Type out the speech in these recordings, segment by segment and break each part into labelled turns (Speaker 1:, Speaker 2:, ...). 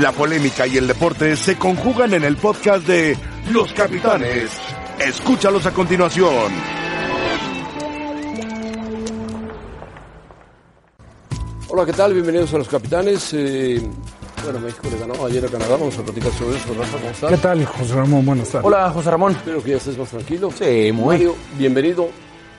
Speaker 1: La polémica y el deporte se conjugan en el podcast de Los Capitanes. Escúchalos a continuación.
Speaker 2: Hola, ¿qué tal? Bienvenidos a Los Capitanes. Eh, bueno, México le ganó ayer a Canadá. Vamos a platicar sobre eso. Rafa, ¿cómo estás?
Speaker 3: ¿Qué tal, José Ramón? Buenas tardes.
Speaker 2: Hola, José Ramón. Espero que ya estés más tranquilo. Sí, muy. Mario, bienvenido.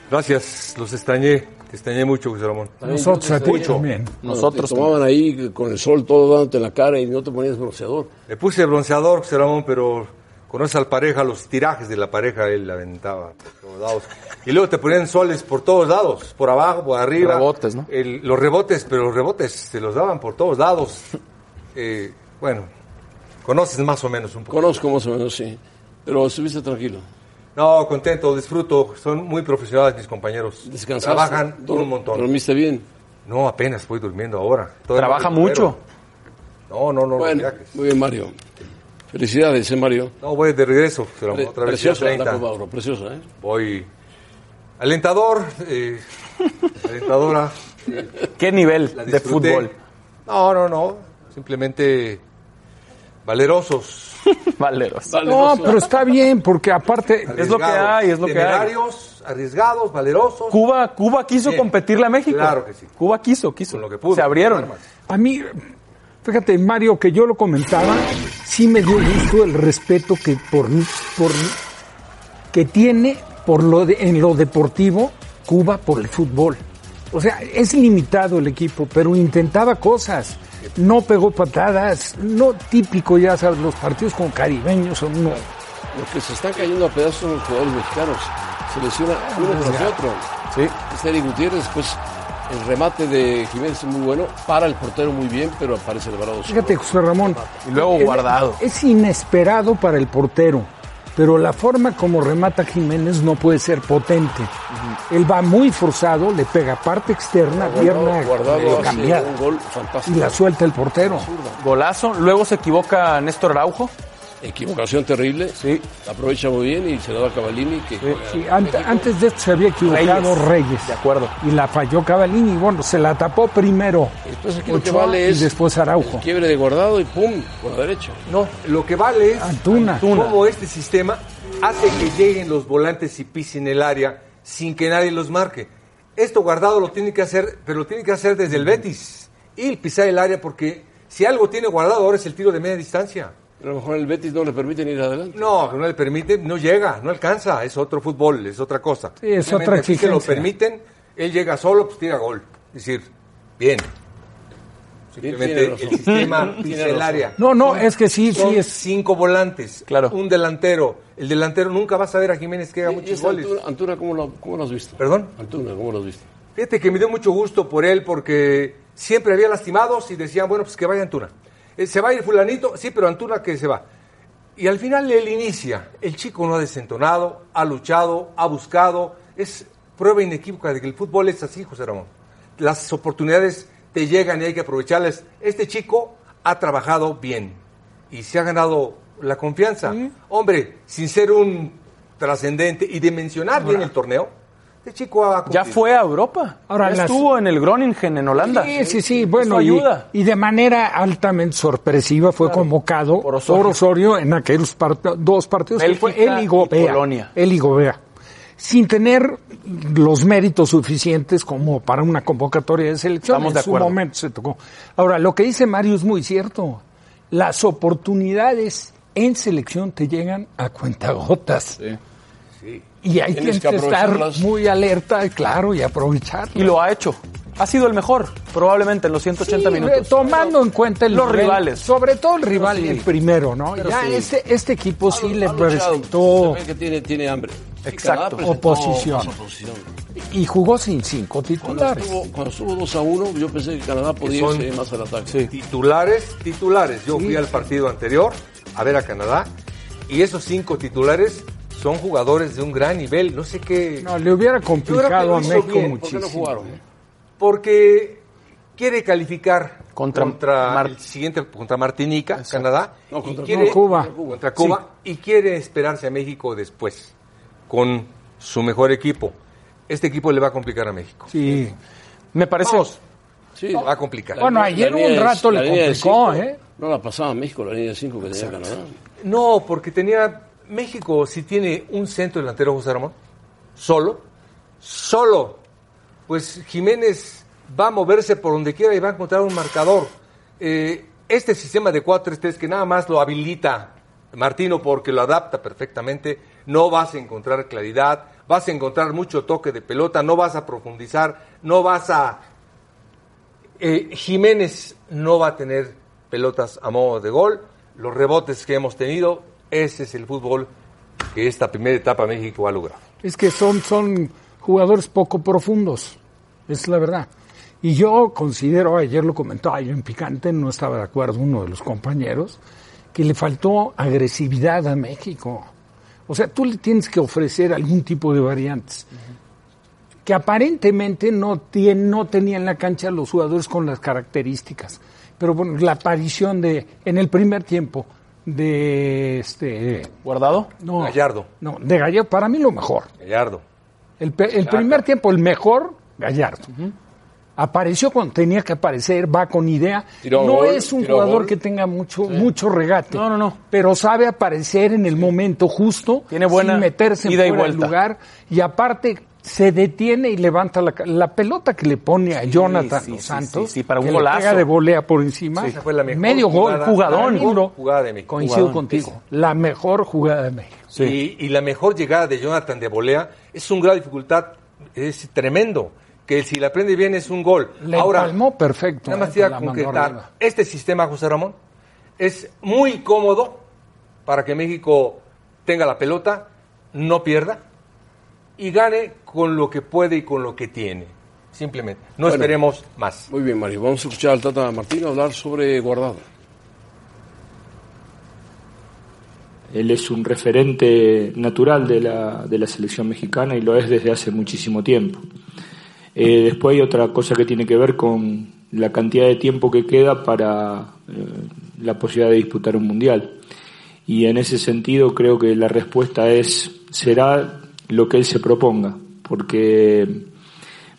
Speaker 4: Gracias, los extrañé. Te extrañé mucho, José Ramón.
Speaker 3: Nosotros a ti también.
Speaker 2: Bueno, te tomaban ahí con el sol todo dándote en la cara y no te ponías bronceador.
Speaker 4: Le puse bronceador, José Ramón, pero conoces al pareja, los tirajes de la pareja, él la aventaba por todos lados. Y luego te ponían soles por todos lados, por abajo, por arriba.
Speaker 5: Rebotes, ¿no?
Speaker 4: El- los rebotes, pero los rebotes se los daban por todos lados. Eh, bueno, conoces más o menos un poco.
Speaker 2: Conozco más o menos, sí. Pero estuviste tranquilo.
Speaker 4: No, contento, disfruto. Son muy profesionales mis compañeros.
Speaker 2: Descansaste.
Speaker 4: Trabajan
Speaker 2: Dor-
Speaker 4: un montón.
Speaker 2: ¿Dormiste bien?
Speaker 4: No, apenas voy durmiendo ahora. Todavía
Speaker 5: ¿Trabaja
Speaker 4: no recupero.
Speaker 5: mucho?
Speaker 4: No, no, no.
Speaker 2: Bueno,
Speaker 4: los viajes.
Speaker 2: muy bien, Mario. Felicidades, ¿eh, Mario?
Speaker 4: No, voy de regreso. José Ramón,
Speaker 2: Pre-
Speaker 4: otra vez.
Speaker 2: preciosa la
Speaker 4: 30.
Speaker 2: Copa Oro, preciosa, ¿eh?
Speaker 4: Voy alentador, eh, alentadora.
Speaker 5: ¿Qué nivel
Speaker 4: la
Speaker 5: de
Speaker 4: disfruté.
Speaker 5: fútbol?
Speaker 4: No, no, no. Simplemente valerosos.
Speaker 5: Valeros.
Speaker 2: Vale,
Speaker 3: No,
Speaker 2: dos-
Speaker 3: pero está bien, porque aparte,
Speaker 5: Es lo que hay, es lo que hay.
Speaker 4: Temerarios, arriesgados, valerosos.
Speaker 5: Cuba, Cuba quiso
Speaker 4: Sí.
Speaker 5: competirle a México.
Speaker 4: Claro que sí.
Speaker 5: Cuba quiso, quiso.
Speaker 4: Con lo que pudo.
Speaker 5: Se abrieron.
Speaker 4: Con armas.
Speaker 3: a mí, fíjate, Mario, que yo lo comentaba, sí me dio gusto el respeto que por, por que tiene por lo de- en lo deportivo Cuba por el fútbol. O sea, es limitado el equipo, pero intentaba cosas. No pegó patadas, no típico, ya sabes, los partidos con caribeños son uno.
Speaker 2: Los que se están cayendo a pedazos son los jugadores mexicanos. Se lesiona uno tras otro.
Speaker 5: Sí.
Speaker 2: Este Eric Gutiérrez, pues el remate de Jiménez es muy bueno, para el portero muy bien, pero aparece Alvarado. solo.
Speaker 3: Fíjate, José Ramón.
Speaker 5: Y luego
Speaker 3: es-
Speaker 5: guardado.
Speaker 3: Es inesperado para el portero, pero la forma como remata Jiménez no puede ser potente. Él va muy forzado, le pega parte externa, pierna eh,
Speaker 2: Guardado, guardado hace
Speaker 3: cambiada,
Speaker 2: un gol
Speaker 3: y
Speaker 2: fantástico.
Speaker 3: la suelta el portero.
Speaker 5: Golazo. Luego se equivoca Néstor Araujo.
Speaker 2: Equivocación terrible.
Speaker 5: Sí.
Speaker 2: La aprovecha muy bien y se la da a Cavalini. Que juega
Speaker 3: Sí, ante-
Speaker 2: México.
Speaker 3: antes de esto se había equivocado Reyes.
Speaker 5: Reyes. De acuerdo.
Speaker 3: Y la falló Cavalini, bueno, se la tapó primero
Speaker 2: Entonces aquí lo que
Speaker 3: Ochoa
Speaker 2: vale
Speaker 3: y
Speaker 2: es
Speaker 3: después Araujo.
Speaker 2: el quiebre de guardado y pum, por la derecha.
Speaker 4: No, lo que vale es
Speaker 3: Antuna.
Speaker 4: cómo este sistema hace que lleguen los volantes y pisen el área sin que nadie los marque. Esto guardado lo tiene que hacer, pero lo tiene que hacer desde el Betis y pisar el área porque si algo tiene guardado ahora es el tiro de media distancia.
Speaker 2: A lo mejor el Betis no le permiten ir adelante.
Speaker 4: No, no le permite, no llega, no alcanza, es otro fútbol, es otra cosa.
Speaker 3: Sí, es
Speaker 4: Obviamente,
Speaker 3: otra
Speaker 4: aquí se lo
Speaker 3: exigencia.
Speaker 4: permiten, él llega solo, pues tira gol. Es decir, bien.
Speaker 2: Bien,
Speaker 4: Simplemente
Speaker 2: tiene razón.
Speaker 4: el sistema pisa el
Speaker 2: razón.
Speaker 4: área.
Speaker 3: No, no, es que sí,
Speaker 4: Son
Speaker 3: sí, es
Speaker 4: cinco volantes,
Speaker 5: Claro.
Speaker 4: un delantero. El delantero nunca vas a ver a Jiménez que haga
Speaker 2: ¿Y- y
Speaker 4: muchos
Speaker 2: este
Speaker 4: goles.
Speaker 2: Antuna, Antuna, ¿cómo, lo, ¿cómo lo has visto?
Speaker 4: ¿Perdón?
Speaker 2: Antuna, ¿cómo lo has visto?
Speaker 4: Fíjate que me dio mucho gusto por él porque siempre había lastimados y decían, bueno, pues que vaya Antuna. Eh, se va a ir fulanito, sí, pero Antuna que se va. Y al final él inicia. El chico no ha desentonado, ha luchado, ha buscado. Es prueba inequívoca de que el fútbol es así, José Ramón. Las oportunidades te llegan y hay que aprovecharlas. Este chico ha trabajado bien y se ha ganado la confianza. Hombre, sin ser un trascendente y dimensionar bien el torneo, este chico ha
Speaker 5: Ya
Speaker 4: cumplido.
Speaker 5: fue a Europa.
Speaker 3: Ahora
Speaker 5: ya
Speaker 3: las-
Speaker 5: estuvo en el Groningen, en Holanda.
Speaker 3: Sí, sí, sí.
Speaker 5: ¿eh? Eso
Speaker 3: Bueno, y,
Speaker 5: ayuda.
Speaker 3: y de manera altamente sorpresiva fue convocado por
Speaker 5: por
Speaker 3: Osorio,
Speaker 5: Osorio.
Speaker 3: en aquellos part- dos partidos que fue
Speaker 5: Bélgica
Speaker 3: él y
Speaker 5: y
Speaker 3: Gobea.
Speaker 5: Polonia.
Speaker 3: Él y Gobea. Sin tener los méritos suficientes como para una convocatoria de selección.
Speaker 5: Estamos
Speaker 3: en
Speaker 5: de
Speaker 3: su
Speaker 5: acuerdo.
Speaker 3: momento se tocó. Ahora, lo que dice Mario es muy cierto. Las oportunidades en selección te llegan a cuentagotas. Y hay
Speaker 2: Tienes
Speaker 3: que, estar
Speaker 2: que aprovecharlas.
Speaker 3: muy alerta, claro, y aprovechar.
Speaker 5: Y lo ha hecho. Ha sido el mejor, probablemente en los 180
Speaker 3: Sí,
Speaker 5: minutos.
Speaker 3: eh, Tomando en cuenta el
Speaker 5: Los
Speaker 3: nivel,
Speaker 5: rivales.
Speaker 3: Sobre todo el rival, el primero, ¿no? Ya
Speaker 5: sí.
Speaker 3: este, este equipo sí le
Speaker 2: Ha luchado.
Speaker 3: presentó
Speaker 2: Se ve que tiene, tiene hambre.
Speaker 5: Exacto.
Speaker 2: Canadá presentó
Speaker 3: Oposición.
Speaker 2: más oposición.
Speaker 3: y jugó sin cinco
Speaker 2: Cuando
Speaker 3: titulares.
Speaker 2: estuvo, cuando estuvo 2 a 1, yo pensé que Canadá podía
Speaker 4: son-
Speaker 2: irse más al ataque.
Speaker 4: Titulares, titulares. Yo fui al partido anterior a ver a Canadá y esos cinco titulares son jugadores de un gran nivel. No sé qué.
Speaker 3: No, le hubiera complicado
Speaker 4: lo
Speaker 3: a
Speaker 4: hizo
Speaker 3: México
Speaker 4: bien,
Speaker 2: ¿Por qué
Speaker 3: muchísimo.
Speaker 2: no jugaron?
Speaker 4: Porque quiere calificar
Speaker 5: Contra
Speaker 4: contra,
Speaker 5: Mar-
Speaker 4: el siguiente contra Martinica, Canadá,
Speaker 2: No,
Speaker 4: y
Speaker 2: contra-
Speaker 4: quiere-
Speaker 3: no, Cuba.
Speaker 4: contra Cuba, y quiere esperarse a México después con su mejor equipo. Este equipo le va a complicar a México.
Speaker 3: Sí.
Speaker 5: Me parece.
Speaker 4: Vamos,
Speaker 2: Sí.
Speaker 4: va a complicar.
Speaker 3: Bueno, ayer
Speaker 2: línea
Speaker 3: un
Speaker 2: de-
Speaker 3: rato
Speaker 2: la
Speaker 3: le
Speaker 2: línea de
Speaker 3: complicó,
Speaker 2: cinco.
Speaker 3: ¿eh?
Speaker 2: No la pasaba México la línea 5 que tenía Canadá.
Speaker 4: No, porque tenía. México, si tiene un centro delantero, José Ramón, solo, solo, pues Jiménez va a moverse por donde quiera y va a encontrar un marcador. Eh, este sistema de 4-3-3 que nada más lo habilita Martino porque lo adapta perfectamente, no vas a encontrar claridad, vas a encontrar mucho toque de pelota, no vas a profundizar, no vas a eh, Jiménez no va a tener pelotas a modo de gol. Los rebotes que hemos tenido, ese es el fútbol que esta primera etapa México ha logrado.
Speaker 3: Es que son, son jugadores poco profundos, es la verdad. Y yo considero, ayer lo comentó ayer en Picante, no estaba de acuerdo uno de los compañeros, que le faltó agresividad a México. O sea, tú le tienes que ofrecer algún tipo de variantes. Que aparentemente no, tiene, no tenía en la cancha los jugadores con las características. Pero bueno, la aparición de, en el primer tiempo, de este.
Speaker 5: ¿Guardado?
Speaker 3: No,
Speaker 4: Gallardo.
Speaker 3: No, de Gallardo, para mí lo mejor.
Speaker 4: Gallardo.
Speaker 3: El, pe- el primer tiempo, el mejor, Gallardo. Apareció cuando tenía que aparecer, va con idea.
Speaker 2: Tiró
Speaker 3: no
Speaker 2: gol,
Speaker 3: es un
Speaker 2: tiró
Speaker 3: jugador
Speaker 2: gol.
Speaker 3: que tenga mucho, mucho regate.
Speaker 5: No, no, no.
Speaker 3: Pero sabe aparecer en el momento justo,
Speaker 5: Tiene buena
Speaker 3: sin meterse en
Speaker 5: ida y
Speaker 3: fuera del
Speaker 5: vuelta.
Speaker 3: lugar. Y aparte se detiene y levanta la, ca- la pelota que le pone a Jonathan
Speaker 5: sí,
Speaker 3: Dos
Speaker 5: sí,
Speaker 3: Santos.
Speaker 5: sí, sí, para un
Speaker 3: que
Speaker 5: golazo.
Speaker 3: Le pega de volea por encima.
Speaker 4: Esa fue la mejor
Speaker 3: Medio gol,
Speaker 4: jugada-
Speaker 3: jugador,
Speaker 4: la mejor jugada de México.
Speaker 3: Coincido
Speaker 5: Jugadón.
Speaker 3: contigo. La mejor jugada de México.
Speaker 4: Y, y la mejor llegada de Jonathan de volea es un grado de dificultad, es tremendo. Que si la prende bien es un gol.
Speaker 3: Le
Speaker 4: Ahora,
Speaker 3: palmó perfecto.
Speaker 4: Nada
Speaker 3: eh,
Speaker 4: más te iba
Speaker 3: la
Speaker 4: a
Speaker 3: mandó arriba.
Speaker 4: concretar. Este sistema, José Ramón, es muy cómodo para que México tenga la pelota, no pierda y gane con lo que puede y con lo que tiene. Simplemente. No
Speaker 2: Bueno.
Speaker 4: esperemos más.
Speaker 2: Muy bien, Mario. Vamos a escuchar al Tata Martino hablar sobre Guardado.
Speaker 6: Él es un referente natural de la, de la selección mexicana y lo es desde hace muchísimo tiempo. Eh, después hay otra cosa que tiene que ver con la cantidad de tiempo que queda para eh, la posibilidad de disputar un mundial. Y en ese sentido creo que la respuesta es, será lo que él se proponga, porque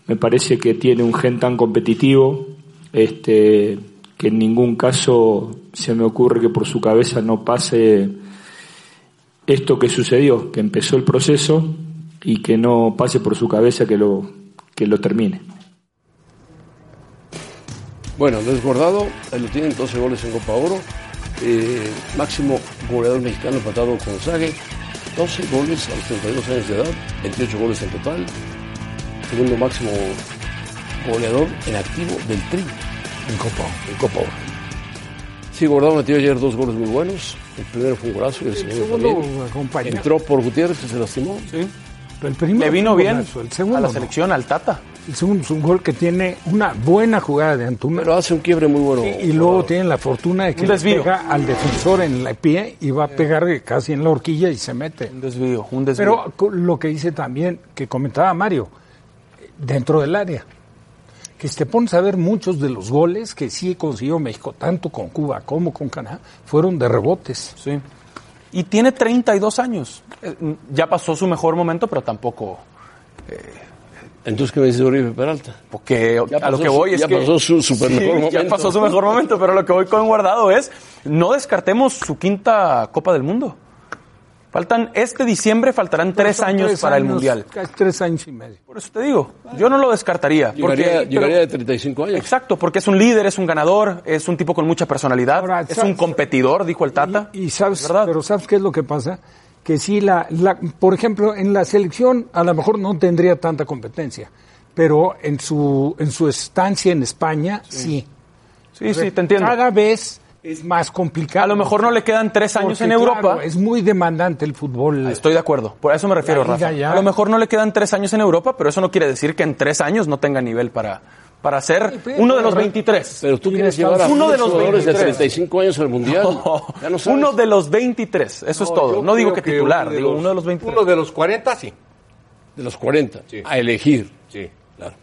Speaker 6: me parece que tiene un gen tan competitivo este, que en ningún caso se me ocurre que por su cabeza no pase esto que sucedió, que empezó el proceso y que no pase por su cabeza que lo, que lo termine.
Speaker 2: Bueno, Andrés Guardado, ahí lo tienen, 12 goles en Copa Oro. Eh, máximo goleador mexicano empatado con Sague. 12 goles a los 32 años de edad, 28 goles en total. Segundo máximo goleador en activo del Tri. En Copa Oro. En Copa Oro. Sí, Guardado metió ayer dos goles muy buenos. El primero fue un golazo y el segundo
Speaker 3: segundo
Speaker 2: también.
Speaker 3: acompañó.
Speaker 2: Entró por Gutiérrez, que se lastimó.
Speaker 3: Pero el primero
Speaker 5: Le vino
Speaker 3: fue un
Speaker 5: bien
Speaker 3: golazo, El segundo,
Speaker 5: a la
Speaker 3: no.
Speaker 5: selección, al Tata.
Speaker 3: El segundo es un gol que tiene una buena jugada de Antuna.
Speaker 2: Pero hace un quiebre muy bueno.
Speaker 3: y luego tiene la fortuna de que
Speaker 5: Un
Speaker 3: le
Speaker 5: desvío.
Speaker 3: pega al defensor en el pie y va a pegar casi en la horquilla y se mete.
Speaker 5: Un desvío, un desvío.
Speaker 3: Pero co- lo que dice también, que comentaba Mario, dentro del área, que si te pones a ver muchos de los goles que sí consiguió México, tanto con Cuba como con Canadá, fueron de rebotes.
Speaker 5: Sí. Y tiene 32 años. Eh, mm, Ya pasó su mejor momento, pero tampoco.
Speaker 2: Eh, Entonces, ¿qué me dice Oribe Peralta?
Speaker 5: Porque
Speaker 2: Ya
Speaker 5: a lo
Speaker 2: pasó
Speaker 5: que
Speaker 2: su-
Speaker 5: voy es
Speaker 2: ya
Speaker 5: que.
Speaker 2: pasó su super
Speaker 5: Sí, Ya
Speaker 2: mejor momento.
Speaker 5: pasó su mejor momento, pero lo que voy con guardado es: no descartemos su quinta Copa del Mundo. Faltan, este diciembre faltarán tres
Speaker 3: Son
Speaker 5: años para el
Speaker 3: años,
Speaker 5: Mundial.
Speaker 3: Casi tres años y medio.
Speaker 5: Por eso te digo, yo no lo descartaría. porque-
Speaker 2: Llegaría,
Speaker 5: pero-
Speaker 2: llegaría de 35 años.
Speaker 5: Exacto, porque es un líder, es un ganador, es un tipo con mucha personalidad,
Speaker 3: Ahora,
Speaker 5: es
Speaker 3: ¿sabes?
Speaker 5: un competidor, dijo el Tata.
Speaker 3: Y, y sabes,
Speaker 5: Es verdad.
Speaker 3: pero ¿sabes qué es lo que pasa? Que sí, la, la- por ejemplo, en la selección a lo mejor no tendría tanta competencia, pero en su, en su estancia en España, sí.
Speaker 5: sí, sí, te entiendo.
Speaker 3: Cada vez es más complicado.
Speaker 5: A lo mejor no le quedan tres años
Speaker 3: Porque,
Speaker 5: en
Speaker 3: claro, eh,
Speaker 5: Europa.
Speaker 3: es muy demandante el fútbol.
Speaker 5: Estoy de acuerdo, por eso me refiero,
Speaker 3: La liga
Speaker 5: Rafa.
Speaker 3: ya.
Speaker 5: A lo mejor no le quedan tres años en Europa, pero eso no quiere decir que en tres años no tenga nivel para, para ser
Speaker 3: pero-
Speaker 5: uno de los
Speaker 3: pero-
Speaker 5: 23.
Speaker 2: Pero tú
Speaker 3: Mira,
Speaker 2: quieres llevar a
Speaker 5: uno de
Speaker 2: muchos
Speaker 5: los
Speaker 2: jugadores de
Speaker 5: 23.
Speaker 2: 35 años al mundial. Ya no sabes.
Speaker 5: uno de los 23, eso es todo.
Speaker 4: Yo
Speaker 5: No digo que
Speaker 4: creo
Speaker 5: titular,
Speaker 4: uno de
Speaker 5: digo
Speaker 4: los-
Speaker 5: uno de los 23.
Speaker 4: Uno de los 40, sí.
Speaker 2: De los Ah, 40.
Speaker 4: Sí.
Speaker 2: A elegir.
Speaker 4: Sí.
Speaker 2: Claro.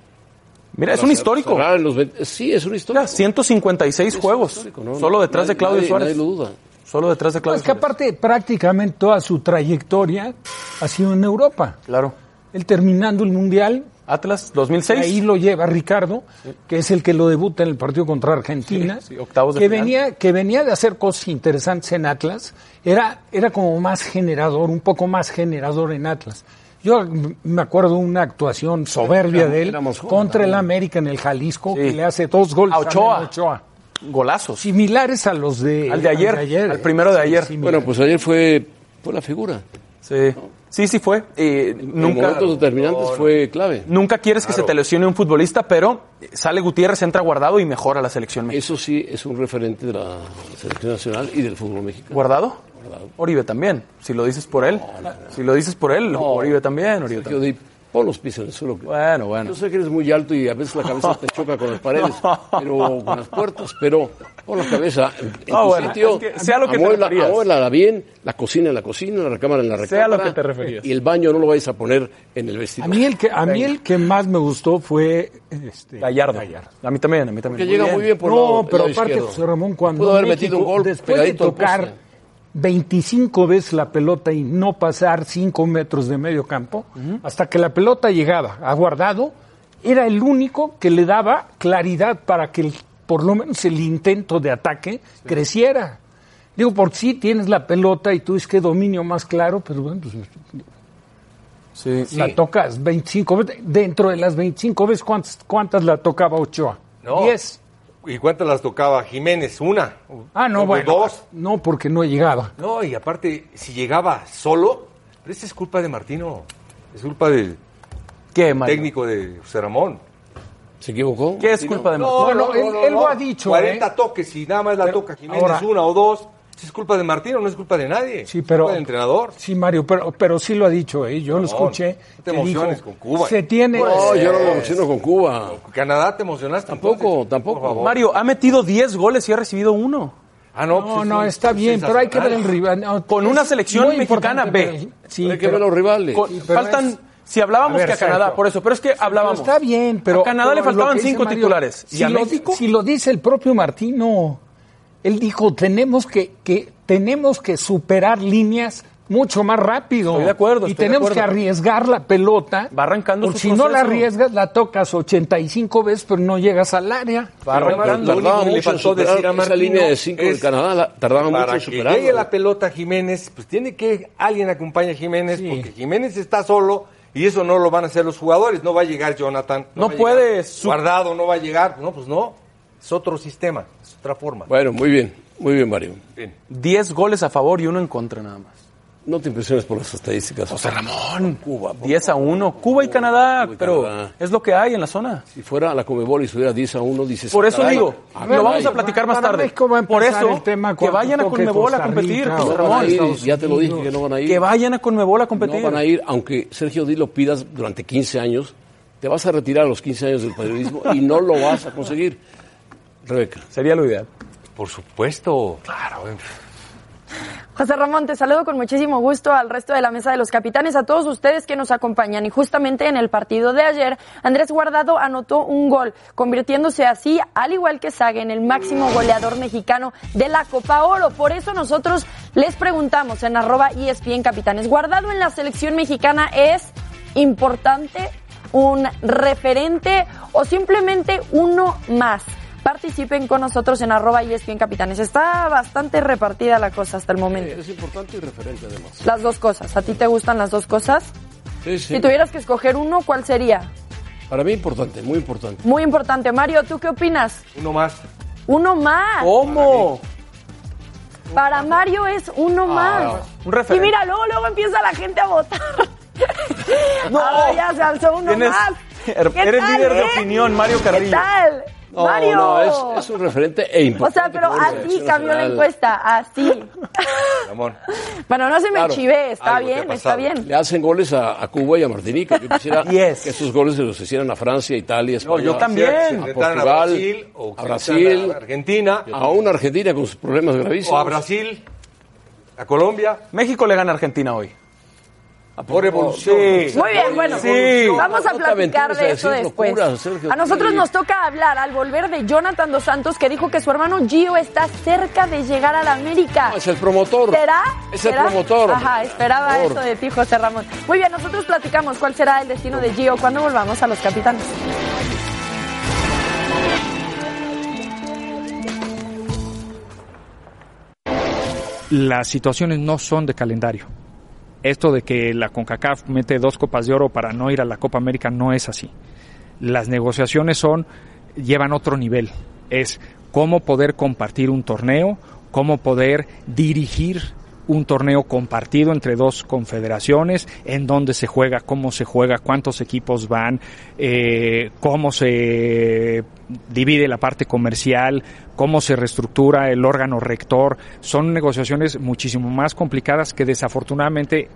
Speaker 5: Mira, es un histórico.
Speaker 2: Cerrar en los 20. Sí, es un histórico.
Speaker 5: Mira, 156
Speaker 2: Es un
Speaker 5: juegos,
Speaker 2: histórico, ¿no?
Speaker 5: solo detrás de
Speaker 2: Nadie-
Speaker 5: Claudio
Speaker 2: nadie-
Speaker 5: Suárez.
Speaker 2: Nadie lo duda.
Speaker 5: Solo detrás de
Speaker 3: No,
Speaker 5: Claudio
Speaker 3: es que
Speaker 5: Suárez.
Speaker 3: aparte prácticamente toda su trayectoria ha sido en Europa.
Speaker 5: Claro.
Speaker 3: Él terminando el Mundial,
Speaker 5: Atlas 2006.
Speaker 3: Ahí lo lleva Ricardo, que es el que lo debuta en el partido contra Argentina,
Speaker 5: Sí, sí, octavos de
Speaker 3: que
Speaker 5: final.
Speaker 3: venía que venía de hacer cosas interesantes en Atlas, era era como más generador, un poco más generador en Atlas. Yo m- me acuerdo una actuación soberbia
Speaker 2: Era-
Speaker 3: de él
Speaker 2: era más joven
Speaker 3: contra el
Speaker 2: también.
Speaker 3: América en el Jalisco,
Speaker 5: Sí.
Speaker 3: que le hace dos goles
Speaker 5: A Ochoa.
Speaker 3: también a Ochoa.
Speaker 5: Golazos.
Speaker 3: Similares a los de
Speaker 5: Al de ayer, al primero de ayer.
Speaker 3: similares.
Speaker 2: Bueno, pues ayer fue, fue la figura.
Speaker 5: Sí, sí, sí fue. Eh,
Speaker 2: En
Speaker 5: nunca,
Speaker 2: momentos determinantes fue clave.
Speaker 5: nunca quieres que se te lesione un futbolista, pero sale Gutiérrez, entra guardado y mejora la selección mexicana.
Speaker 2: Eso sí es un referente de la selección nacional y del fútbol mexicano.
Speaker 5: ¿Guardado? Oribe también. Si lo dices por él. Si lo dices por él, Oribe también. Oribe
Speaker 2: Yo
Speaker 5: también.
Speaker 2: di, pon los pies en el suelo.
Speaker 5: Bueno, bueno.
Speaker 2: Yo sé que eres muy alto y a veces la cabeza te choca con las paredes, pero con las puertas, pero pon la cabeza en, en
Speaker 5: Ah,
Speaker 2: tu
Speaker 5: bueno,
Speaker 2: sitio.
Speaker 5: es que sea lo que te
Speaker 2: amuebla-
Speaker 5: referías.
Speaker 2: amuéblala bien, la cocina en la cocina, la recámara en la
Speaker 5: Sea
Speaker 2: recámara.
Speaker 5: lo que te referías.
Speaker 2: Y el baño no lo vayas a poner en el vestido.
Speaker 3: a mí el que a mí el que más me gustó fue este,
Speaker 5: Gallardo. A mí también, a mí
Speaker 2: que
Speaker 5: también.
Speaker 2: llega muy bien por el lado-
Speaker 3: no,
Speaker 2: el
Speaker 3: pero
Speaker 2: lado
Speaker 3: aparte
Speaker 2: izquierdo.
Speaker 3: José Ramón cuando
Speaker 2: Pudo haber
Speaker 3: México,
Speaker 2: metido un gol
Speaker 3: después de
Speaker 2: pegadito al
Speaker 3: tocar
Speaker 2: poste.
Speaker 3: 25 veces la pelota y no pasar 5 metros de medio campo, hasta que la pelota llegaba a guardado, era el único que le daba claridad para que el- por lo menos el intento de ataque creciera. Digo, porque sí tienes la pelota y tú es que dominio más claro, pero bueno, pues
Speaker 5: Sí.
Speaker 3: la tocas 25 veces. Dentro de las 25 veces, ¿cuántas, cuántas la tocaba Ochoa?
Speaker 4: No.
Speaker 3: 10.
Speaker 4: ¿Y cuántas las tocaba Jiménez? ¿Una?
Speaker 3: Ah, no,
Speaker 4: ¿O
Speaker 3: bueno.
Speaker 4: ¿Dos?
Speaker 3: No, porque no llegaba.
Speaker 4: No, y aparte, si llegaba solo, pero esa es culpa de Martino. Es culpa del
Speaker 5: ¿Qué, Mario?
Speaker 4: técnico de José Ramón.
Speaker 2: ¿Se equivocó?
Speaker 5: ¿Qué es culpa de Martín?
Speaker 3: bueno, él- él lo ha dicho,
Speaker 4: 40
Speaker 3: ¿eh?
Speaker 4: toques y nada más la toca Jiménez
Speaker 3: ahora-
Speaker 4: una o dos. Si es culpa de Martino, no es culpa de nadie.
Speaker 3: Sí,
Speaker 4: Es
Speaker 3: pero.
Speaker 4: culpa del entrenador.
Speaker 3: Sí, Mario, pero, pero sí lo ha dicho, ¿eh? Yo lo escuché.
Speaker 4: no te
Speaker 3: que dijo,
Speaker 4: emociones con Cuba. Pues, eh,
Speaker 3: Se tiene.
Speaker 2: No, yo no lo menciono con Cuba.
Speaker 4: Canadá te emocionaste.
Speaker 2: Tampoco,
Speaker 4: entonces,
Speaker 2: tampoco.
Speaker 4: por favor.
Speaker 5: Mario ha metido 10 goles y ha recibido uno.
Speaker 4: Ah, no, pues
Speaker 3: no,
Speaker 4: es
Speaker 3: no,
Speaker 4: un
Speaker 3: está bien, pero hay que ver el
Speaker 4: sensacional.
Speaker 3: rival. No,
Speaker 5: Con
Speaker 3: es
Speaker 5: una selección
Speaker 3: muy importante
Speaker 5: mexicana
Speaker 3: ver
Speaker 5: B.
Speaker 3: el- Sí,
Speaker 2: Hay que
Speaker 3: pero-
Speaker 2: ver los rivales.
Speaker 5: Con-
Speaker 3: Sí, pero
Speaker 5: faltan.
Speaker 3: es-
Speaker 5: Si hablábamos
Speaker 3: A ver,
Speaker 5: que a Canadá,
Speaker 3: Sergio.
Speaker 5: por eso, pero es que hablábamos.
Speaker 3: Está bien, pero.
Speaker 5: A Canadá
Speaker 3: pero
Speaker 5: le faltaban
Speaker 3: lo que dice
Speaker 5: cinco
Speaker 3: Mario,
Speaker 5: titulares.
Speaker 3: Si,
Speaker 5: y a
Speaker 3: lo,
Speaker 5: México.
Speaker 3: si lo dice el propio Martino, él dijo: tenemos que, que, tenemos que superar líneas mucho más rápido.
Speaker 5: Estoy de acuerdo,
Speaker 3: Y
Speaker 5: estoy de
Speaker 3: tenemos
Speaker 5: acuerdo.
Speaker 3: que arriesgar la pelota.
Speaker 5: Va arrancando
Speaker 3: Porque
Speaker 5: su
Speaker 3: si no la
Speaker 5: proceso.
Speaker 3: arriesgas, la tocas 85 veces, pero no llegas al área.
Speaker 5: Va arrancando.
Speaker 4: Lo único
Speaker 2: Tardaba
Speaker 4: que le
Speaker 2: mucho en
Speaker 4: faltó
Speaker 2: superar
Speaker 4: decir a
Speaker 2: esa
Speaker 4: Martino
Speaker 2: línea de cinco del
Speaker 4: es
Speaker 2: Canadá, la- tardaba mucho
Speaker 4: Para
Speaker 2: en
Speaker 4: que
Speaker 2: superarla.
Speaker 4: llegue la pelota a Jiménez, pues tiene que alguien acompaña a Jiménez, porque Jiménez está solo y eso no lo van a hacer los jugadores. No va a llegar Jonathan.
Speaker 5: No
Speaker 4: va a
Speaker 5: puede
Speaker 4: llegar
Speaker 5: su-
Speaker 4: Guardado no va a llegar. No, pues no. Es otro sistema, es otra forma.
Speaker 2: Bueno, muy bien, muy bien, Mario.
Speaker 4: Bien.
Speaker 5: 10 goles a favor y uno en contra nada más.
Speaker 2: No te impresiones por las estadísticas.
Speaker 5: José Ramón.
Speaker 2: Cuba, por
Speaker 5: 10 a 1. Cuba y Canadá,
Speaker 2: Cuba y
Speaker 5: pero
Speaker 2: Canadá.
Speaker 5: es lo que hay en la zona.
Speaker 2: Si fuera a la Comebol y estuviera 10 a 1, dices.
Speaker 5: Por eso
Speaker 2: "Caray,
Speaker 5: digo,
Speaker 2: ah,
Speaker 5: lo vamos a
Speaker 2: caray".
Speaker 5: platicar más
Speaker 3: Para
Speaker 5: tarde.
Speaker 3: México va a
Speaker 5: Por
Speaker 3: empezar
Speaker 5: eso,
Speaker 3: el tema
Speaker 5: que
Speaker 3: cuando
Speaker 5: vayan a
Speaker 3: toque
Speaker 5: Conmebol a
Speaker 3: Costa
Speaker 5: competir,
Speaker 3: Rica,
Speaker 5: José
Speaker 2: No van a
Speaker 5: Ramón.
Speaker 2: ir, ya te lo dije que no van a ir.
Speaker 5: Que vayan a Conmebol a
Speaker 2: No
Speaker 5: competir.
Speaker 2: van a ir, aunque Sergio Di lo pidas durante 15 años, te vas a retirar a los 15 años del periodismo y no lo vas a conseguir. Rebeca,
Speaker 5: Sería lo ideal.
Speaker 4: Por supuesto. Claro.
Speaker 7: José Ramón, te saludo con muchísimo gusto al resto de la mesa de los capitanes, a todos ustedes que nos acompañan. Y justamente en el partido de ayer, Andrés Guardado anotó un gol, convirtiéndose así, al igual que Sague, en el máximo goleador mexicano de la Copa Oro. Por eso nosotros les preguntamos en arroba E ESPN Capitanes, ¿Guardado en la selección mexicana es importante, un referente o simplemente uno más? Participen con nosotros en arroba ESPN Capitanes. Está bastante repartida la cosa hasta el momento.
Speaker 2: es importante y referente además.
Speaker 7: Las dos cosas. ¿A ti te gustan las dos cosas?
Speaker 2: Sí, sí.
Speaker 7: Si tuvieras que escoger uno, ¿cuál sería?
Speaker 2: Para mí importante, muy importante.
Speaker 7: Muy importante. Mario, ¿tú qué opinas?
Speaker 4: Uno más.
Speaker 7: Uno más.
Speaker 5: Oh. ¿Cómo?
Speaker 7: Para Mario es uno más.
Speaker 5: un Ah, referente.
Speaker 7: Y mira, luego, luego empieza la gente a votar.
Speaker 5: No.
Speaker 7: Ahora ya se alzó uno
Speaker 5: Oh. Tienes- er,
Speaker 7: más.
Speaker 5: Eres
Speaker 7: ¿Qué tal,
Speaker 5: líder de
Speaker 7: eh?
Speaker 5: opinión, Mario
Speaker 7: ¿Qué
Speaker 5: Carrillo.
Speaker 7: tal?
Speaker 2: Oh, No,
Speaker 7: Mario.
Speaker 2: no, es, es un referente e
Speaker 7: o
Speaker 2: importante.
Speaker 7: sea, pero
Speaker 2: por la
Speaker 7: así
Speaker 2: selección
Speaker 7: cambió la
Speaker 2: nacional.
Speaker 7: encuesta, así.
Speaker 4: Ramón.
Speaker 7: Bueno, no se me
Speaker 2: Claro.
Speaker 7: chivé, está
Speaker 4: Algo te ha
Speaker 7: bien, está
Speaker 4: pasado.
Speaker 7: bien.
Speaker 2: Le hacen goles a, a Cuba y a Martinica. Yo quisiera
Speaker 5: Yes.
Speaker 2: que esos goles se los hicieran a Francia, Italia, España.
Speaker 5: yo también.
Speaker 4: Se
Speaker 2: A
Speaker 4: enfrentaran a
Speaker 2: Portugal,
Speaker 4: Brasil o
Speaker 2: a
Speaker 4: se
Speaker 2: Brasil,
Speaker 4: enfrentaran a Argentina
Speaker 2: aún Argentina con sus problemas
Speaker 4: o
Speaker 2: gravísimos.
Speaker 4: a Brasil, a Colombia.
Speaker 5: México le gana a Argentina hoy.
Speaker 4: por evolución.
Speaker 7: Muy bien, bueno, pues,
Speaker 5: Sí.
Speaker 7: vamos a
Speaker 2: No te aventures
Speaker 7: platicar
Speaker 2: a
Speaker 7: de
Speaker 2: decir
Speaker 7: eso después. Ah,
Speaker 2: locuras, Sergio.
Speaker 7: A nosotros
Speaker 2: Sí.
Speaker 7: nos toca hablar al volver de Jonathan Dos Santos, que dijo que su hermano Gio está cerca de llegar a la América.
Speaker 2: No, es el promotor.
Speaker 7: ¿Será?
Speaker 2: Es el
Speaker 7: ¿Será?
Speaker 2: promotor.
Speaker 7: Ajá, esperaba
Speaker 2: Por
Speaker 7: eso de ti, José Ramón. Muy bien, nosotros platicamos cuál será el destino de Gio cuando volvamos a los capitanes.
Speaker 8: las situaciones no son de calendario. Esto de que la CONCACAF mete dos copas de oro para no ir a la Copa América no es así. Las negociaciones son llevan otro nivel. Es cómo poder compartir un torneo, cómo poder dirigir un torneo compartido entre dos confederaciones, en dónde se juega, cómo se juega, cuántos equipos van, eh, cómo se divide la parte comercial, cómo se reestructura el órgano rector. Son negociaciones muchísimo más complicadas que desafortunadamente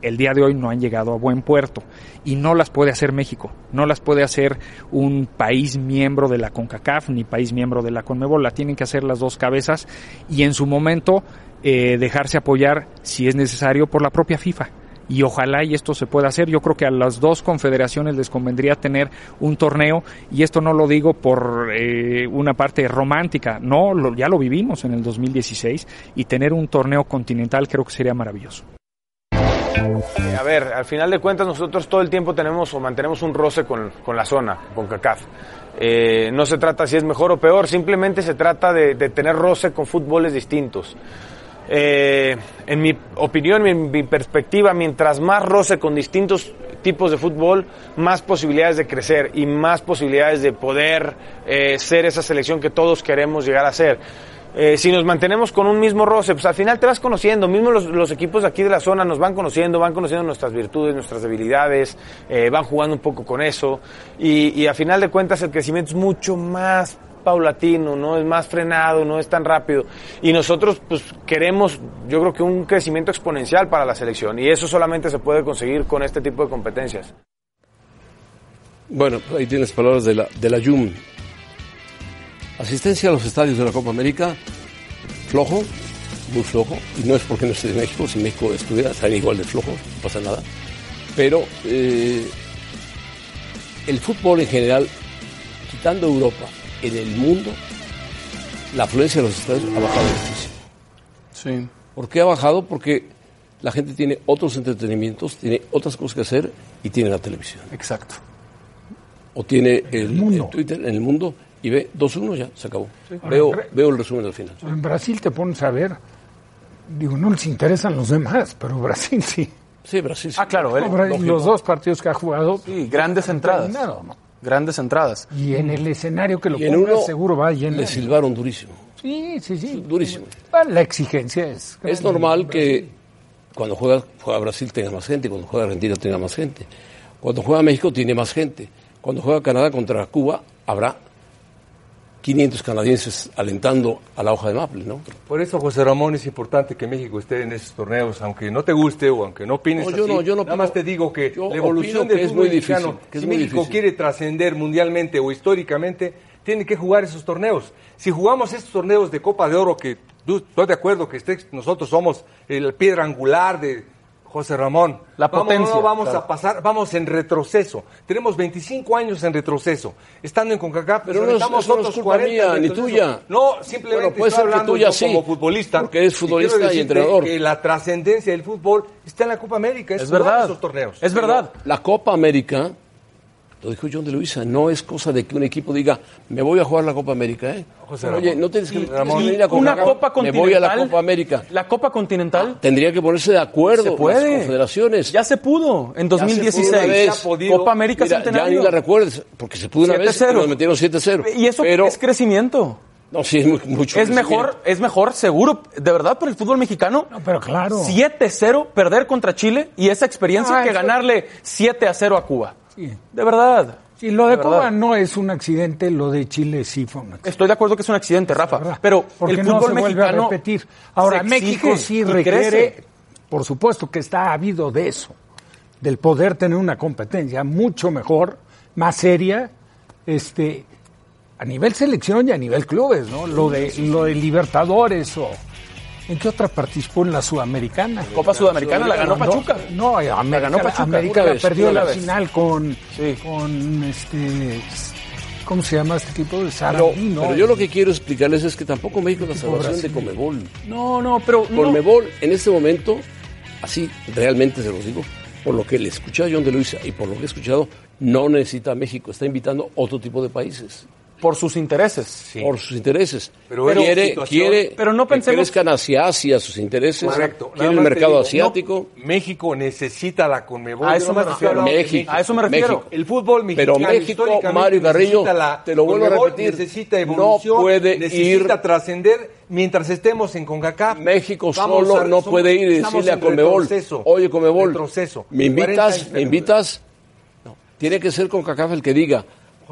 Speaker 8: el día de hoy no han llegado a buen puerto y no las puede hacer México, no las puede hacer un país miembro de la CONCACAF ni país miembro de la CONMEBOL, la tienen que hacer las dos cabezas y en su momento eh, dejarse apoyar si es necesario por la propia FIFA. Y ojalá y esto se pueda hacer. Yo creo que a las dos confederaciones les convendría tener un torneo, y esto no lo digo por eh, una parte romántica, no, lo- ya lo vivimos en el 2016, y tener un torneo continental creo que sería maravilloso.
Speaker 9: Eh, a ver, al final de cuentas nosotros todo el tiempo tenemos o mantenemos un roce con, con la zona, con CACAF. Eh, no se trata si es mejor o peor, simplemente se trata de, de tener roce con fútboles distintos. Eh, en mi opinión, en mi perspectiva, mientras más roce con distintos tipos de fútbol, más posibilidades de crecer y más posibilidades de poder eh, ser esa selección que todos queremos llegar a ser. Eh, si nos mantenemos con un mismo roce, pues al final te vas conociendo, mismo los, los equipos de aquí de la zona nos van conociendo, van conociendo nuestras virtudes, nuestras debilidades, eh, van jugando un poco con eso y, y a final de cuentas el crecimiento es mucho más paulatino, no es más frenado, no es tan rápido. Y nosotros pues queremos, yo creo que un crecimiento exponencial para la selección y eso solamente se puede conseguir con este tipo de competencias.
Speaker 2: Bueno, pues ahí tienes palabras de la, de la YUM. Asistencia a los estadios de la Copa América, flojo, muy flojo. Y no es porque no esté de México, si México estuviera, estaría igual de flojo, no pasa nada. Pero eh, el fútbol en general, quitando Europa, en el mundo, la afluencia de los estadios ha bajado muchísimo.
Speaker 5: Sí.
Speaker 2: ¿Por qué ha bajado? Porque la gente tiene otros entretenimientos, tiene otras cosas que hacer y tiene la televisión.
Speaker 5: Exacto.
Speaker 2: o tiene el,
Speaker 3: mundo.
Speaker 2: el Twitter en el mundo y ve 2-1 ya, se acabó. Veo, veo el resumen al final.
Speaker 3: En Brasil te pones a ver. Digo, no les interesan los demás, pero Brasil sí.
Speaker 2: Sí, Brasil. sí.
Speaker 5: Ah, claro, él.
Speaker 3: No, Bra- los dos partidos que ha jugado.
Speaker 5: Sí, grandes entradas.
Speaker 3: terminaron, ¿no?
Speaker 5: Grandes entradas.
Speaker 3: Y en el escenario que lo
Speaker 2: Y en
Speaker 3: pongas,
Speaker 2: uno
Speaker 3: seguro va a llenar.
Speaker 2: le silbaron durísimo.
Speaker 3: Sí, sí, sí.
Speaker 2: Durísimo.
Speaker 3: Ah, La exigencia es.
Speaker 2: Es normal que cuando juega, juega Brasil tenga más gente, cuando juega Argentina tenga más gente. Cuando juega México tiene más gente. Cuando juega Canadá contra Cuba habrá 500 canadienses alentando a la hoja de maple, ¿no?
Speaker 4: Por eso, José Ramón, es importante que México esté en esos torneos, aunque no te guste o aunque no opines
Speaker 2: No, yo
Speaker 4: así.
Speaker 2: no, yo no
Speaker 4: Nada más
Speaker 2: opino.
Speaker 4: te digo que
Speaker 2: Yo
Speaker 4: la evolución
Speaker 2: opino que
Speaker 4: del
Speaker 2: es
Speaker 4: fútbol
Speaker 2: muy difícil,
Speaker 4: mexicano,
Speaker 2: que es
Speaker 4: si
Speaker 2: muy
Speaker 4: México
Speaker 2: difícil.
Speaker 4: quiere trascender mundialmente o históricamente, tiene que jugar esos torneos. Si jugamos estos torneos de Copa de Oro, que tú estoy de acuerdo que estés- nosotros somos el piedra angular de José Ramón.
Speaker 5: La
Speaker 4: Vamos,
Speaker 5: potencia,
Speaker 4: no vamos
Speaker 5: claro.
Speaker 4: a pasar, vamos en retroceso. Tenemos 25 años en retroceso. Estando en CONCACAF,
Speaker 2: Pero no es-
Speaker 4: estamos
Speaker 2: eso no es
Speaker 4: otros
Speaker 2: culpa
Speaker 4: 40
Speaker 2: mía,
Speaker 4: en
Speaker 2: ni
Speaker 4: retroceso.
Speaker 2: tuya.
Speaker 4: No, simplemente
Speaker 2: Bueno, puede
Speaker 4: estoy
Speaker 2: ser que
Speaker 4: hablando
Speaker 2: tú ya
Speaker 4: yo
Speaker 2: sí,
Speaker 4: como futbolista.
Speaker 2: porque es futbolista
Speaker 4: quiero
Speaker 2: y
Speaker 4: decirte
Speaker 2: entrenador.
Speaker 4: que la trascendencia del fútbol está en la Copa América, es,
Speaker 5: Es
Speaker 4: jugar
Speaker 5: verdad.
Speaker 4: esos torneos.
Speaker 5: Es verdad.
Speaker 2: La Copa América, lo dijo John de Luisa, no es cosa de que un equipo diga, me voy a jugar la Copa América, ¿eh?
Speaker 4: José
Speaker 2: Oye,
Speaker 4: Ramón.
Speaker 2: no tienes que,
Speaker 4: Y-
Speaker 2: tienes que
Speaker 4: Ramón.
Speaker 2: venir
Speaker 5: Una
Speaker 2: a Coca-Cola,
Speaker 5: Copa
Speaker 2: Me
Speaker 5: continental.
Speaker 2: voy a la Copa América.
Speaker 5: La Copa continental.
Speaker 2: Tendría que ponerse de acuerdo
Speaker 5: se puede.
Speaker 2: las confederaciones.
Speaker 5: Ya se pudo en 2016.
Speaker 2: pudo una vez.
Speaker 5: Se ha podido. Copa América
Speaker 2: Mira, ya
Speaker 5: Centenario.
Speaker 2: ni la recuerdes, porque se pudo una vez y
Speaker 5: 7-0.
Speaker 2: nos metieron 7-0.
Speaker 5: y eso
Speaker 2: Pero,
Speaker 5: es crecimiento.
Speaker 2: no, sí, es muy- mucho.
Speaker 5: Es mejor, es mejor, seguro, de verdad, para el fútbol mexicano.
Speaker 3: No, pero claro.
Speaker 5: 7-0 perder contra Chile y esa experiencia
Speaker 3: Ah,
Speaker 5: que
Speaker 3: eso-
Speaker 5: ganarle 7-0 a Cuba.
Speaker 3: Sí.
Speaker 5: De verdad.
Speaker 3: Si lo de
Speaker 5: De
Speaker 3: Cuba
Speaker 5: verdad.
Speaker 3: no es un accidente, lo de Chile sí fue un accidente.
Speaker 5: Estoy de acuerdo que es un accidente, Rafa,
Speaker 3: ¿verdad?
Speaker 5: pero
Speaker 3: Porque
Speaker 5: el
Speaker 3: no
Speaker 5: fútbol
Speaker 3: se vuelve
Speaker 5: mexicano
Speaker 3: a repetir. Ahora
Speaker 5: se
Speaker 3: México
Speaker 5: exige
Speaker 3: sí
Speaker 5: y
Speaker 3: requiere,
Speaker 5: crece.
Speaker 3: por supuesto que está habido de eso, del poder tener una competencia mucho mejor, más seria, este a nivel selección y a nivel clubes, ¿no? Lo de lo de Libertadores o ¿En qué otra participó en la Sudamericana?
Speaker 5: Copa Sudamericana la ganó
Speaker 3: Ganó-
Speaker 5: Pachuca.
Speaker 3: No, América,
Speaker 5: ganó Pachuca.
Speaker 3: América
Speaker 5: Una vez,
Speaker 3: perdió
Speaker 5: una
Speaker 3: la
Speaker 5: vez.
Speaker 3: final con,
Speaker 5: Sí.
Speaker 3: con este. ¿Cómo se llama este equipo? De
Speaker 2: Pero,
Speaker 3: Sarandí, ¿no?
Speaker 2: pero yo lo que quiero explicarles es que tampoco México es la salvación de
Speaker 3: Brasil.
Speaker 2: Comebol.
Speaker 5: No, no, pero. no.
Speaker 2: Conmebol en este momento, así realmente se los digo, por lo que le escuché a John de Luisa y por lo que he escuchado, no necesita a México, está invitando otro tipo de países
Speaker 5: Por sus intereses.
Speaker 2: por sus intereses.
Speaker 4: Pero es una
Speaker 2: quiere,
Speaker 4: situación-
Speaker 2: quiere
Speaker 5: pero no pensemos-
Speaker 2: que crezcan hacia Asia sus intereses,
Speaker 4: Correcto. Nada
Speaker 2: quiere el
Speaker 4: más te
Speaker 2: mercado
Speaker 4: digo,
Speaker 2: asiático,
Speaker 4: no, México necesita la Conmebol.
Speaker 5: A
Speaker 4: Yo
Speaker 5: eso
Speaker 4: no
Speaker 5: me refiero.
Speaker 4: hablaba de
Speaker 2: México.
Speaker 5: A eso me refiero.
Speaker 2: México.
Speaker 4: El fútbol mexicano.
Speaker 2: pero México,
Speaker 4: históricamente
Speaker 2: Mario Carrillo,
Speaker 4: necesita la-
Speaker 2: te lo vuelvo a
Speaker 4: Conmebol
Speaker 2: repetir,
Speaker 4: Necesita
Speaker 2: no
Speaker 4: evolución,
Speaker 2: puede
Speaker 4: necesita
Speaker 2: ir-
Speaker 4: trascender mientras estemos en CONCACAF.
Speaker 2: México
Speaker 4: Vamos
Speaker 2: solo
Speaker 4: a-
Speaker 2: no
Speaker 4: somos-
Speaker 2: puede ir y
Speaker 4: estamos
Speaker 2: decirle a
Speaker 4: en
Speaker 2: Conmebol,
Speaker 4: retroceso,
Speaker 2: oye Conmebol,
Speaker 4: retroceso.
Speaker 2: ¿me
Speaker 4: 40 años
Speaker 2: invitas?
Speaker 4: de
Speaker 2: ¿Me invitas? No. Tiene que ser con Cacaf el que diga,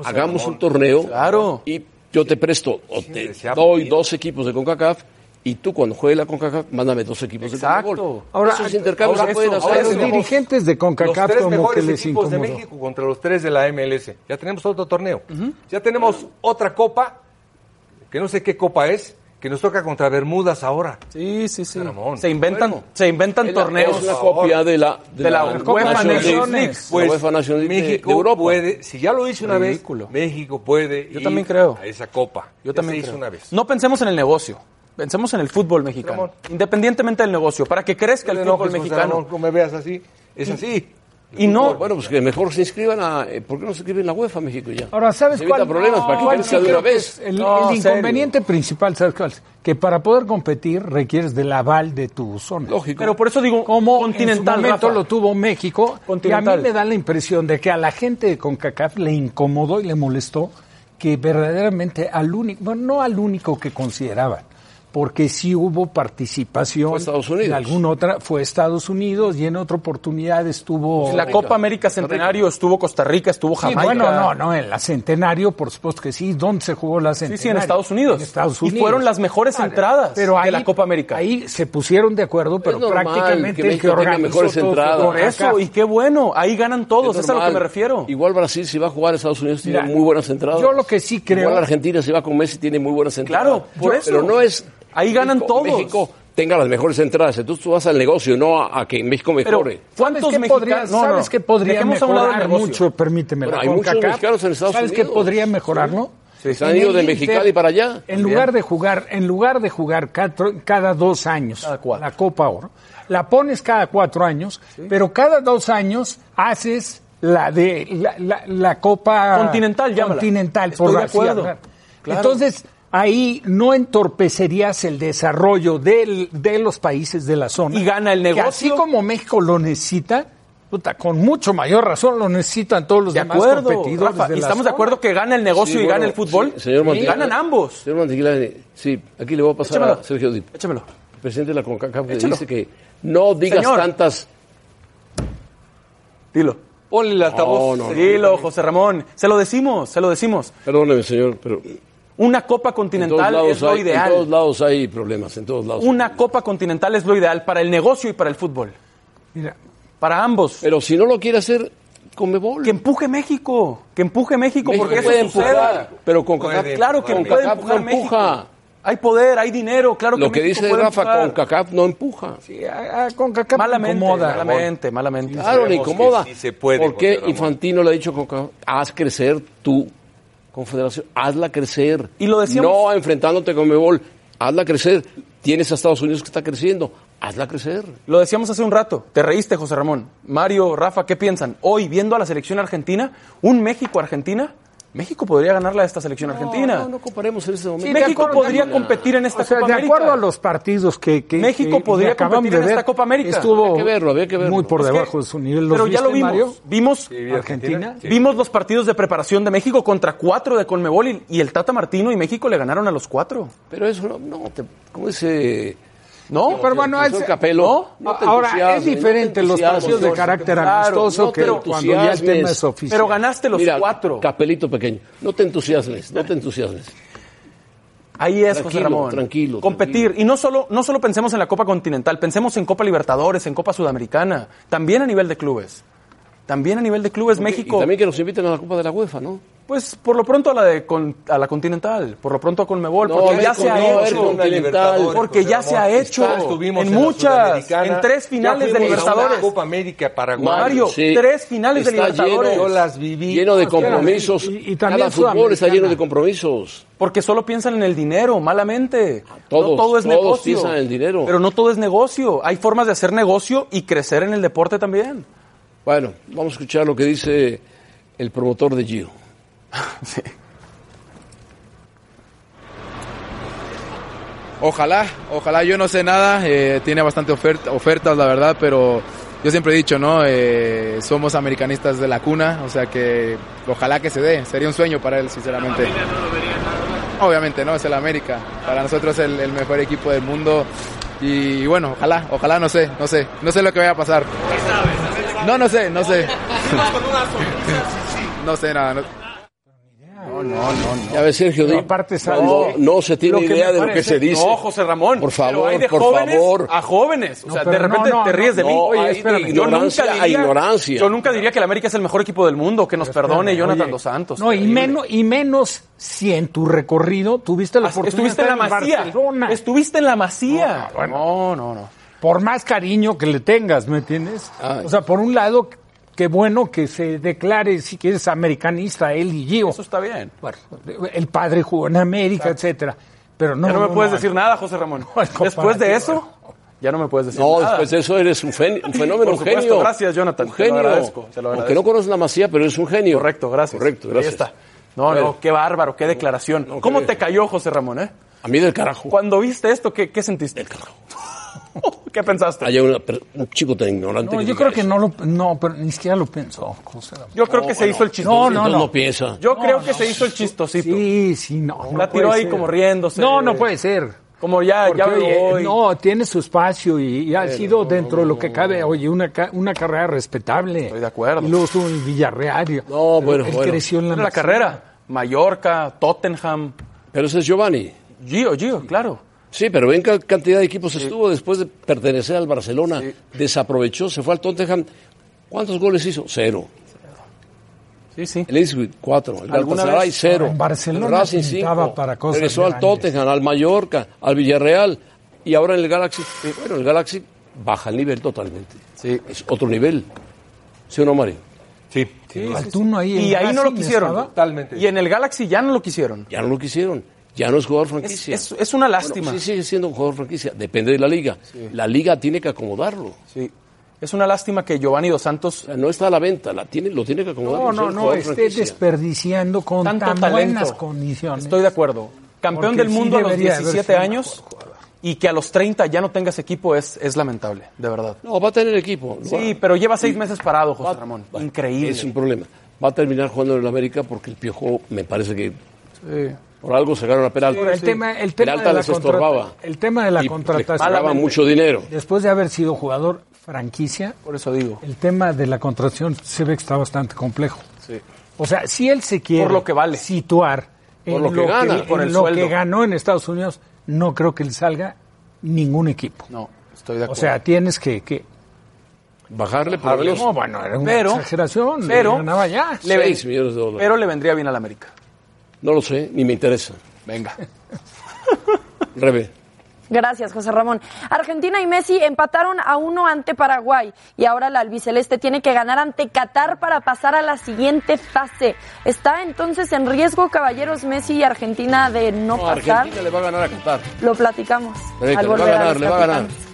Speaker 2: hagamos un torneo
Speaker 5: Claro.
Speaker 2: y yo te presto, o te
Speaker 4: se ha
Speaker 2: doy
Speaker 4: pedido.
Speaker 2: dos equipos de CONCACAF y tú cuando juegue la CONCACAF, mándame dos equipos
Speaker 5: Exacto.
Speaker 2: de CONMEBOL.
Speaker 3: Ahora,
Speaker 2: Esos intercambios
Speaker 5: ahora
Speaker 2: se pueden
Speaker 5: eso,
Speaker 2: hacer.
Speaker 5: ahora
Speaker 3: los
Speaker 5: eso.
Speaker 3: dirigentes de
Speaker 4: Los
Speaker 3: CONCACAF
Speaker 4: tres
Speaker 3: como que
Speaker 4: mejores
Speaker 3: les
Speaker 4: equipos de
Speaker 3: incomodó.
Speaker 4: México contra los tres de la MLS. Ya tenemos otro torneo. Ya tenemos otra copa, que no sé qué copa es, que nos toca contra Bermudas ahora.
Speaker 5: Sí, sí, sí.
Speaker 4: Ramón.
Speaker 5: Se inventan, se inventan
Speaker 2: Es la-
Speaker 5: torneos.
Speaker 2: Es una copia de la,
Speaker 5: De la Copa
Speaker 2: Nations League.
Speaker 5: Nations.
Speaker 2: La UEFA Nations League de-
Speaker 4: Pues México
Speaker 2: de Europa.
Speaker 4: puede, si ya lo hizo una
Speaker 5: Ridículo.
Speaker 4: vez, México puede
Speaker 5: Yo
Speaker 4: ir
Speaker 5: también creo.
Speaker 4: a esa copa.
Speaker 5: Yo
Speaker 4: Ya
Speaker 5: también
Speaker 4: se hizo
Speaker 5: creo.
Speaker 4: una vez.
Speaker 5: No pensemos en el negocio. Pensemos en el fútbol mexicano.
Speaker 4: Ramón.
Speaker 5: Independientemente del negocio, para que crezca
Speaker 4: No
Speaker 5: el
Speaker 4: te
Speaker 5: fútbol
Speaker 4: enojes, José
Speaker 5: mexicano.
Speaker 4: Ramón, no me veas así. Es así.
Speaker 5: Y no,
Speaker 2: Bueno, pues que mejor se inscriban a... eh, ¿Por qué no se inscriben en la UEFA México ya?
Speaker 3: Ahora, ¿sabes
Speaker 2: Se
Speaker 3: cuál?
Speaker 2: evita problemas para que
Speaker 3: cuál
Speaker 2: crezca
Speaker 3: sí
Speaker 2: de una
Speaker 3: creo que
Speaker 2: vez.
Speaker 3: es El,
Speaker 5: No,
Speaker 3: el
Speaker 5: serio.
Speaker 3: inconveniente principal, ¿sabes cuál? es? Que para poder competir requieres del aval de tu zona.
Speaker 2: Lógico.
Speaker 5: pero por eso digo,
Speaker 3: Como
Speaker 5: continental.
Speaker 3: en su momento
Speaker 5: Rafa.
Speaker 3: lo tuvo México, y a
Speaker 5: Continental.
Speaker 3: mí me da la impresión de que a la gente de CONCACAF le incomodó y le molestó que verdaderamente al único, bueno, no al único que consideraban, porque sí hubo participación
Speaker 2: Fue Estados Unidos.
Speaker 3: en alguna otra, fue Estados Unidos y en otra oportunidad estuvo...
Speaker 5: Pues la Copa América Centenario estuvo Costa Rica, estuvo
Speaker 3: Sí,
Speaker 5: Jamaica.
Speaker 3: bueno, no, no, en la Centenario, por supuesto que sí. ¿Dónde se jugó la
Speaker 5: Sí,
Speaker 3: Centenario?
Speaker 5: sí, en Estados Unidos.
Speaker 3: En Estados
Speaker 5: Y
Speaker 3: Unidos.
Speaker 5: fueron las mejores
Speaker 3: Vale.
Speaker 5: entradas
Speaker 3: Pero
Speaker 5: de
Speaker 3: ahí-
Speaker 5: la Copa América.
Speaker 3: Ahí se pusieron de acuerdo, pero
Speaker 2: normal
Speaker 3: prácticamente
Speaker 2: que
Speaker 3: el que
Speaker 2: México tenga
Speaker 3: organizó
Speaker 2: mejores
Speaker 3: todo fue
Speaker 2: entradas.
Speaker 5: Por eso, y qué bueno, ahí ganan todos, es, a lo que
Speaker 2: normal.
Speaker 5: me refiero.
Speaker 2: Igual Brasil, si va a jugar a Estados Unidos, tiene
Speaker 3: Mira,
Speaker 2: muy buenas entradas.
Speaker 3: yo lo que sí creo-
Speaker 2: Igual Argentina, si va con Messi, tiene muy buenas entradas.
Speaker 5: Claro, por
Speaker 2: Yo-
Speaker 5: eso.
Speaker 2: Pero no es.
Speaker 5: Ahí ganan
Speaker 2: México-
Speaker 5: todos.
Speaker 2: México tenga las mejores entradas. Entonces tú vas al negocio, no a, a que México
Speaker 5: Pero,
Speaker 2: mejore.
Speaker 5: ¿cuántos
Speaker 3: ¿Sabes qué
Speaker 5: mexicanos?
Speaker 3: podría,
Speaker 5: No, no,
Speaker 3: ¿sabes
Speaker 5: no.
Speaker 3: qué podría
Speaker 5: Dejemos a un lado el
Speaker 3: mejorar
Speaker 5: negocio.
Speaker 3: mucho? Permíteme.
Speaker 2: Bueno,
Speaker 3: la
Speaker 2: hay muchos
Speaker 3: CONCACAF.
Speaker 2: mexicanos en Estados
Speaker 3: ¿Sabes
Speaker 2: Unidos.
Speaker 3: qué podría mejorarlo?
Speaker 2: Sí, se han ido
Speaker 3: En
Speaker 2: de
Speaker 3: el
Speaker 2: Mexicali para allá.
Speaker 3: En lugar de jugar, en lugar de jugar catro- cada, dos años
Speaker 5: Cada cuatro.
Speaker 3: la Copa Oro, la pones cada cuatro años, pero cada dos años haces la de la, la- la Copa
Speaker 5: Continental, llámala.
Speaker 3: Continental,
Speaker 5: Estoy
Speaker 3: por
Speaker 5: de
Speaker 3: así
Speaker 5: acuerdo.
Speaker 3: hablar.
Speaker 5: Claro.
Speaker 3: Entonces ahí no entorpecerías el desarrollo del- de los países de la zona
Speaker 5: Y gana el
Speaker 3: que
Speaker 5: negocio.
Speaker 3: así como México lo necesita. Puta, con mucho mayor razón lo necesitan todos los
Speaker 5: De
Speaker 3: demás
Speaker 5: acuerdo,
Speaker 3: competidores.
Speaker 5: Rafa,
Speaker 3: de
Speaker 5: y
Speaker 3: la
Speaker 5: estamos de
Speaker 3: zona.
Speaker 5: acuerdo que gana el negocio
Speaker 2: Sí,
Speaker 5: y gana
Speaker 2: bueno,
Speaker 5: el fútbol.
Speaker 2: sí, señor Montiel.
Speaker 5: ganan ambos.
Speaker 2: Señor Mantequilla, sí, aquí le voy a pasar
Speaker 5: Échamelo.
Speaker 2: a Sergio Dip,
Speaker 5: Échamelo.
Speaker 2: presidente de la CONCACAF, que
Speaker 5: Échalo.
Speaker 2: dice que no digas
Speaker 5: Señor.
Speaker 2: tantas.
Speaker 5: Dilo.
Speaker 4: Ponle el altavoz.
Speaker 2: No, no,
Speaker 5: Dilo, José Ramón. Se lo decimos, se lo decimos.
Speaker 2: Perdóneme, señor, pero
Speaker 5: Una Copa
Speaker 2: en todos,
Speaker 5: Continental es
Speaker 2: lados
Speaker 5: lo
Speaker 2: hay, en todos
Speaker 5: ideal.
Speaker 2: lados hay problemas, en todos lados.
Speaker 5: Una Copa Continental es lo ideal para el negocio y para el fútbol.
Speaker 3: Mira,
Speaker 5: Para ambos.
Speaker 2: Pero si no lo quiere hacer, Conmebol.
Speaker 5: Que empuje México. Que empuje México,
Speaker 2: México
Speaker 5: porque eso
Speaker 2: puede
Speaker 5: sucede.
Speaker 2: empujar, pero con CONCACAF,
Speaker 5: Claro que
Speaker 2: con
Speaker 5: puede
Speaker 2: CONCACAF
Speaker 5: empujar
Speaker 2: no empuja.
Speaker 5: México. Hay poder, hay dinero, claro que
Speaker 2: Lo que
Speaker 5: México
Speaker 2: dice
Speaker 5: puede
Speaker 2: Rafa,
Speaker 5: empujar.
Speaker 2: CONCACAF no empuja.
Speaker 3: sí, a- a- con Kaká
Speaker 5: Malamente,
Speaker 3: incomoda.
Speaker 5: malamente, malamente.
Speaker 2: Claro, le
Speaker 4: sabemos que
Speaker 2: incomoda.
Speaker 4: sí se puede,
Speaker 2: ¿Por
Speaker 4: José
Speaker 2: qué
Speaker 4: Ramón.
Speaker 2: Infantino le ha dicho a CONCACAF, haz crecer tu confederación, hazla crecer?
Speaker 5: Y lo decíamos-
Speaker 2: No enfrentándote con Mebol, hazla crecer. Tienes a Estados Unidos que está creciendo, hazla crecer.
Speaker 5: Lo decíamos hace un rato, te reíste, José Ramón. Mario, Rafa, ¿qué piensan? Hoy, viendo a la selección argentina, un México-Argentina, México podría ganarla a esta selección argentina.
Speaker 2: No, no, no comparemos en este momento.
Speaker 3: Sí, de
Speaker 5: México
Speaker 3: acuerdo,
Speaker 5: podría
Speaker 3: de-
Speaker 5: competir en esta
Speaker 3: o sea,
Speaker 5: Copa
Speaker 3: de
Speaker 5: América.
Speaker 3: acuerdo a los partidos que, que-
Speaker 5: México
Speaker 3: que
Speaker 5: podría
Speaker 3: acabamos
Speaker 5: competir en esta Copa América.
Speaker 3: Estuvo
Speaker 2: Había que verlo, había que verlo.
Speaker 3: muy por
Speaker 5: Es que-
Speaker 3: debajo de su nivel. ¿Los
Speaker 5: pero ya
Speaker 3: viste,
Speaker 5: lo vimos.
Speaker 3: Mario?
Speaker 5: Vimos,
Speaker 4: vi Argentina.
Speaker 3: Argentina.
Speaker 4: Sí.
Speaker 5: vimos los partidos de preparación de México contra cuatro de Conmebol y, y el Tata Martino y México le ganaron a los cuatro.
Speaker 2: Pero eso no, no te, ¿cómo dice?
Speaker 5: ¿No?
Speaker 3: Pero bueno,
Speaker 2: profesor
Speaker 3: es-
Speaker 2: pues, Capelo, no te
Speaker 3: Ah, Ahora, es
Speaker 2: entusiasmes,
Speaker 3: diferente
Speaker 2: no te
Speaker 3: los partidos de
Speaker 2: entusiasmes.
Speaker 3: carácter
Speaker 5: Claro,
Speaker 3: amistoso
Speaker 5: no
Speaker 3: que
Speaker 5: te
Speaker 3: cuando ya el tema
Speaker 2: entusiasmes.
Speaker 3: es oficial.
Speaker 5: Pero ganaste los
Speaker 2: Mira,
Speaker 5: cuatro.
Speaker 2: Capelito pequeño, no te entusiasmes, no te entusiasmes.
Speaker 5: Ahí es, José
Speaker 2: Tranquilo,
Speaker 5: Ramón.
Speaker 2: tranquilo,
Speaker 5: Competir. Y no solo, no solo pensemos en la Copa Continental, pensemos en Copa Libertadores, en Copa Sudamericana, también a nivel de clubes. También a nivel de clubes, México.
Speaker 2: Y también que nos inviten a la Copa de la UEFA, ¿no?
Speaker 5: Pues por lo pronto a la, de con- a la Continental, por lo pronto a Conmebol,
Speaker 2: No, a
Speaker 5: porque
Speaker 2: ver,
Speaker 5: ya se
Speaker 2: con-
Speaker 5: ha
Speaker 2: no, a ver,
Speaker 5: hecho.
Speaker 2: con- Continental,
Speaker 5: porque ya se ha hecho.
Speaker 4: Estuvimos
Speaker 5: En
Speaker 4: la
Speaker 5: muchas,
Speaker 4: Sudamericana,
Speaker 5: en tres
Speaker 4: ya
Speaker 5: finales de
Speaker 4: fuimos a una
Speaker 5: Libertadores.
Speaker 4: Copa América Paraguay.
Speaker 5: Mario, tres finales de
Speaker 2: Está
Speaker 5: Libertadores.
Speaker 2: lleno-
Speaker 4: Yo las viví.
Speaker 2: Lleno de
Speaker 4: No, espérame.
Speaker 2: compromisos.
Speaker 3: Y- y también
Speaker 2: Cada fútbol está
Speaker 3: Sudamericana.
Speaker 2: lleno de compromisos.
Speaker 5: Porque solo piensan en el dinero, malamente.
Speaker 2: Todos,
Speaker 5: no todo es
Speaker 2: todos
Speaker 5: negocio.
Speaker 2: piensan en el dinero.
Speaker 5: Pero no todo es negocio. Hay formas de hacer negocio y crecer en el deporte también.
Speaker 2: Bueno, vamos a escuchar lo que dice el promotor de Gio.
Speaker 10: Ojalá, ojalá yo no sé nada, eh, tiene bastante oferta, ofertas la verdad, pero yo siempre he dicho, ¿no? Eh, somos americanistas de la cuna, o sea que ojalá que se dé, sería un sueño para él, sinceramente. Obviamente, ¿no? Es el América, para nosotros el, el mejor equipo del mundo y, bueno, ojalá, ojalá, no sé, no sé, no sé lo que vaya a pasar. No, no sé, no sé. No sé nada, no-
Speaker 2: Ya ves, Sergio, di-
Speaker 3: aparte sabes
Speaker 2: no,
Speaker 3: que-
Speaker 2: no se tiene
Speaker 3: lo que
Speaker 2: idea
Speaker 3: me
Speaker 2: de lo que
Speaker 3: parece-
Speaker 2: se dice.
Speaker 5: No, José Ramón.
Speaker 2: Por
Speaker 5: pero
Speaker 2: favor,
Speaker 5: hay de
Speaker 2: por
Speaker 5: jóvenes
Speaker 2: favor.
Speaker 5: A jóvenes. O sea,
Speaker 3: pero
Speaker 5: de
Speaker 3: no,
Speaker 5: repente
Speaker 3: no,
Speaker 5: te
Speaker 3: no,
Speaker 5: ríes de mí.
Speaker 2: no,
Speaker 5: Oye,
Speaker 2: hay de
Speaker 5: espérame.
Speaker 2: ignorancia a ignorancia.
Speaker 5: Yo nunca diría que el América es el mejor equipo del mundo. Que nos perdone Jonathan
Speaker 3: Oye,
Speaker 5: Dos Santos.
Speaker 3: No, y
Speaker 5: Terrible.
Speaker 3: menos, y menos si en tu recorrido tuviste la oportunidad
Speaker 5: Estuviste en
Speaker 3: de
Speaker 5: la
Speaker 3: estar
Speaker 5: masía.
Speaker 3: Barcelona.
Speaker 5: Estuviste en la masía.
Speaker 3: bueno.
Speaker 5: No, no, no.
Speaker 3: por más cariño que le tengas, ¿me entiendes?
Speaker 2: Ay.
Speaker 3: O sea, por un lado, qué bueno que se declare, si quieres, americanista, él y Gio.
Speaker 5: Eso está bien.
Speaker 3: Bueno, el padre jugó en América, etcétera. Pero no,
Speaker 5: ya no me puedes
Speaker 3: no,
Speaker 5: decir nada, José Ramón.
Speaker 3: No, el
Speaker 5: Después
Speaker 3: comparativo,
Speaker 5: de eso, ya no me puedes decir
Speaker 2: No,
Speaker 5: nada.
Speaker 2: después de eso eres un, fen- un fenómeno,
Speaker 5: Por
Speaker 2: un
Speaker 5: supuesto,
Speaker 2: genio.
Speaker 5: gracias, Jonathan,
Speaker 2: Un
Speaker 5: te lo
Speaker 2: genio.
Speaker 5: agradezco, te lo
Speaker 2: Aunque
Speaker 5: agradezco.
Speaker 2: no conoces la masía, pero eres un genio.
Speaker 5: Correcto, gracias.
Speaker 2: Correcto, gracias.
Speaker 5: Ahí está. No,
Speaker 2: Bueno.
Speaker 5: no, qué bárbaro, qué declaración.
Speaker 2: No,
Speaker 5: ¿Cómo
Speaker 2: qué-
Speaker 5: te cayó, José Ramón, eh?
Speaker 2: A mí del carajo.
Speaker 5: Cuando viste esto, ¿qué, qué sentiste? ¿Qué pensaste?
Speaker 2: Hay una per- un chico tan ignorante.
Speaker 3: No, yo
Speaker 2: diga
Speaker 3: creo que
Speaker 2: eso.
Speaker 3: no lo, no, pero ni siquiera lo pensó. José Ramón.
Speaker 5: Yo creo que se hizo el
Speaker 3: No,
Speaker 5: chistosito.
Speaker 3: no,
Speaker 2: Entonces
Speaker 3: no.
Speaker 2: no piensa.
Speaker 5: Yo
Speaker 3: No,
Speaker 5: creo
Speaker 3: no,
Speaker 5: que se hizo el chistosito.
Speaker 3: Sí, sí, no. no puede
Speaker 5: La tiró ahí
Speaker 3: ser.
Speaker 5: como riéndose.
Speaker 3: No, no puede ser.
Speaker 5: Como
Speaker 2: Ah,
Speaker 5: ya,
Speaker 3: Porque,
Speaker 5: ya
Speaker 3: oye,
Speaker 5: voy.
Speaker 3: no, tiene su espacio y, y ha sido dentro de lo que cabe, oye, una, ca- una carrera respetable.
Speaker 5: Estoy de acuerdo.
Speaker 3: Y luego estuvo en Villarreal. y-
Speaker 2: No,
Speaker 3: él-
Speaker 2: bueno,
Speaker 3: él
Speaker 2: bueno.
Speaker 3: creció en la,
Speaker 5: Era la carrera. Mallorca, Tottenham,
Speaker 2: Pero ese es Giovanni.
Speaker 5: Gio, Gio, claro.
Speaker 2: Sí, pero ven qué cantidad de equipos estuvo después de pertenecer al Barcelona. Desaprovechó, se fue al Tottenham. ¿Cuántos goles hizo? Cero.
Speaker 5: Sí, sí.
Speaker 2: El Ipswich, cuatro. El
Speaker 5: ¿Alguna
Speaker 2: Galatasaray,
Speaker 5: vez?
Speaker 2: cero.
Speaker 3: En Barcelona
Speaker 2: El Racing,
Speaker 3: pintaba
Speaker 2: cinco.
Speaker 3: para cosas
Speaker 2: Regresó al
Speaker 3: grandes.
Speaker 2: Tottenham, al Mallorca, al Villarreal. Y ahora en el Galaxy. Bueno, el Galaxy baja el nivel totalmente.
Speaker 5: Sí.
Speaker 2: Es otro nivel. ¿Sí o no, Mario?
Speaker 4: Sí.
Speaker 3: Altuna ahí en
Speaker 5: Y ahí no lo
Speaker 3: Racing
Speaker 5: quisieron.
Speaker 3: estaba.
Speaker 4: Totalmente.
Speaker 5: Y en el Galaxy ya no lo quisieron.
Speaker 2: Ya no lo quisieron. Ya no es jugador
Speaker 5: Es,
Speaker 2: franquicia.
Speaker 5: es- es una
Speaker 2: Bueno,
Speaker 5: lástima.
Speaker 2: sí, sigue siendo un jugador franquicia. Depende de la liga. La liga tiene que acomodarlo.
Speaker 5: Sí. Es una lástima que Giovanni Dos
Speaker 2: O
Speaker 5: Santos
Speaker 2: sea, no está a la venta. La tiene, lo tiene que acomodar.
Speaker 3: No,
Speaker 2: por ser
Speaker 3: no,
Speaker 2: un
Speaker 3: no,
Speaker 2: jugador
Speaker 5: este
Speaker 3: esté
Speaker 2: franquicia.
Speaker 3: desperdiciando con
Speaker 5: tanto
Speaker 3: tan
Speaker 5: talento.
Speaker 3: buenas condiciones.
Speaker 5: Estoy de acuerdo. Campeón
Speaker 3: Porque
Speaker 5: del
Speaker 3: sí
Speaker 5: mundo a los
Speaker 3: debería haber
Speaker 5: 17
Speaker 3: sido una
Speaker 5: años
Speaker 3: mejor jugada.
Speaker 5: y que a los 30 ya no tengas equipo es, es lamentable, de verdad.
Speaker 2: No, va a tener equipo. Lo va-
Speaker 5: Sí, pero lleva seis meses parado, José
Speaker 2: Va-
Speaker 5: Ramón.
Speaker 2: va-
Speaker 5: Increíble.
Speaker 2: Es un problema. Va a terminar jugando en el América porque el Piojo me parece que
Speaker 5: Sí.
Speaker 2: por algo sacaron a Peralta.
Speaker 3: Ahora, el tema- el tema
Speaker 2: Peralta
Speaker 3: de la
Speaker 2: les
Speaker 3: contra-
Speaker 2: estorbaba.
Speaker 3: el tema de la
Speaker 2: Y pues,
Speaker 3: contratación.
Speaker 2: le pagaba
Speaker 5: Malamente.
Speaker 2: mucho dinero.
Speaker 3: Después de haber sido jugador franquicia,
Speaker 5: Por eso digo.
Speaker 3: el tema de la contratación se ve que está bastante complejo. O sea, si él se quiere
Speaker 5: Por lo que vale.
Speaker 3: situar en
Speaker 2: Por lo que gana.
Speaker 3: en
Speaker 5: Por el
Speaker 3: lo
Speaker 5: sueldo.
Speaker 3: que ganó en Estados Unidos, no creo que le salga ningún equipo.
Speaker 5: No, estoy de
Speaker 3: o
Speaker 5: acuerdo.
Speaker 3: sea, tienes que... que
Speaker 2: Bajarle por lo menos
Speaker 3: no, bueno, era una
Speaker 5: Pero-
Speaker 3: exageración.
Speaker 5: pero-
Speaker 3: ganaba ya.
Speaker 5: le ven-
Speaker 2: 6 millones de dólares.
Speaker 5: Ah, pero le vendría bien al América.
Speaker 2: No lo sé, ni me interesa.
Speaker 5: Venga.
Speaker 2: Rebe.
Speaker 7: Gracias, José Ramón. Argentina y Messi empataron a uno ante Paraguay y ahora la albiceleste tiene que ganar ante Qatar para pasar a la siguiente fase. ¿Está entonces en riesgo, caballeros, Messi y Argentina de no,
Speaker 2: No,
Speaker 7: pasar?
Speaker 2: Argentina le va a ganar a Qatar.
Speaker 7: Lo platicamos.
Speaker 2: Perfecto,
Speaker 7: al
Speaker 2: le va a
Speaker 7: volver
Speaker 2: ganar,
Speaker 7: los
Speaker 2: le va a ganar.
Speaker 7: capitanes.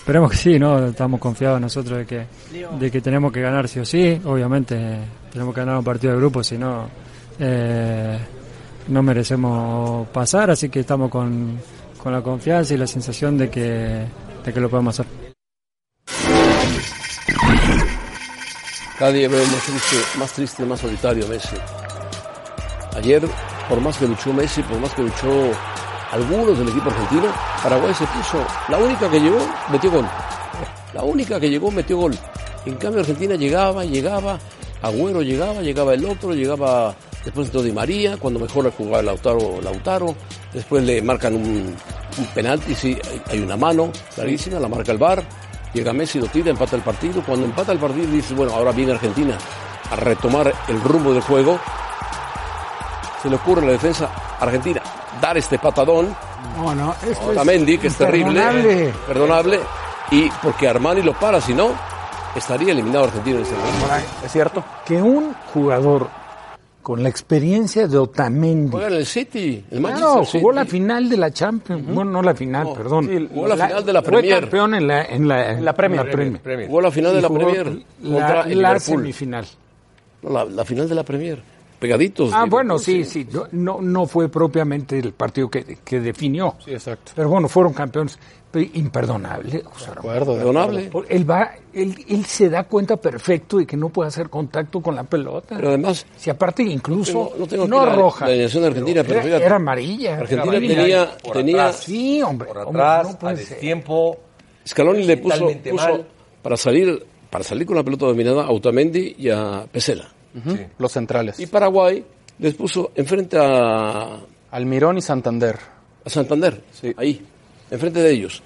Speaker 11: Esperemos que sí, ¿no? Estamos confiados nosotros de que, de que tenemos que ganar sí o sí. Obviamente eh, tenemos que ganar un partido de grupo, si no, eh, no merecemos pasar. Así que estamos con, con la confianza y la sensación de que, de que lo podemos hacer.
Speaker 2: Cada día veo más triste, más triste, más solitario a Messi. Ayer, por más que luchó Messi, por más que luchó algunos del equipo argentino, Paraguay se puso. La única que llegó, metió gol. La única que llegó, metió gol. En cambio, Argentina llegaba, llegaba, Agüero llegaba, llegaba el otro, llegaba después entró Di María, cuando mejor jugaba Lautaro, Lautaro. Después le marcan un, un penalti, sí, hay- hay una mano clarísima, la marca el bar, llega Messi, lo tira, empata el partido. Cuando empata el partido, dice, bueno, ahora viene Argentina a retomar el rumbo del juego. Se le ocurre a la defensa argentina dar este patadón
Speaker 3: No, no, esto
Speaker 2: a
Speaker 3: es
Speaker 2: Mendy, que es terrible,
Speaker 3: imperdonable.
Speaker 2: perdonable, y porque Armani lo para, si no, estaría eliminado Argentina en este momento.
Speaker 5: Es cierto.
Speaker 3: Que un jugador con la experiencia de Otamendi.
Speaker 2: Juega en el City, el
Speaker 3: Claro,
Speaker 2: Manchester City.
Speaker 3: jugó la final de la Champions. Bueno, no la final, perdón.
Speaker 2: jugó la final de la Premier.
Speaker 3: Fue campeón en la, en la, en
Speaker 5: la Premier.
Speaker 2: Jugó la final
Speaker 3: Y
Speaker 2: de la
Speaker 3: jugó
Speaker 2: Premier
Speaker 3: la-
Speaker 2: contra el
Speaker 3: la
Speaker 2: Liverpool.
Speaker 3: semifinal.
Speaker 2: No, la, la final de la Premier. Pegaditos.
Speaker 3: Ah,
Speaker 2: Liverpool,
Speaker 3: bueno, sí, sí. No- No, no fue propiamente el partido que, que definió. Sí, exacto. Pero bueno, fueron campeones. Pero imperdonable. José Ramón.
Speaker 2: Perdonable.
Speaker 3: Por- Él, va, él, él se da cuenta perfecto de que no puede hacer contacto con la pelota.
Speaker 2: Pero además,
Speaker 3: si aparte incluso
Speaker 2: tengo- no tengo
Speaker 3: no
Speaker 2: aquí la-
Speaker 3: roja.
Speaker 2: la alineación de Argentina, pero
Speaker 3: era,
Speaker 2: fíjate.
Speaker 3: era amarilla.
Speaker 2: Argentina
Speaker 3: Era amarilla.
Speaker 2: tenía,
Speaker 4: por
Speaker 2: tenía
Speaker 4: atrás.
Speaker 3: Sí, hombre.
Speaker 4: Por
Speaker 3: hombre,
Speaker 4: atrás,
Speaker 3: no
Speaker 4: a
Speaker 3: puede ser.
Speaker 4: destiempo.
Speaker 2: Scaloni le puso,
Speaker 4: Totalmente
Speaker 2: puso
Speaker 4: mal.
Speaker 2: para salir para salir con la pelota dominada a Otamendi y a Pesela.
Speaker 5: Los centrales.
Speaker 2: Y Paraguay les puso enfrente a, a
Speaker 5: Almirón y Santander.
Speaker 2: Santander, ahí, enfrente de ellos.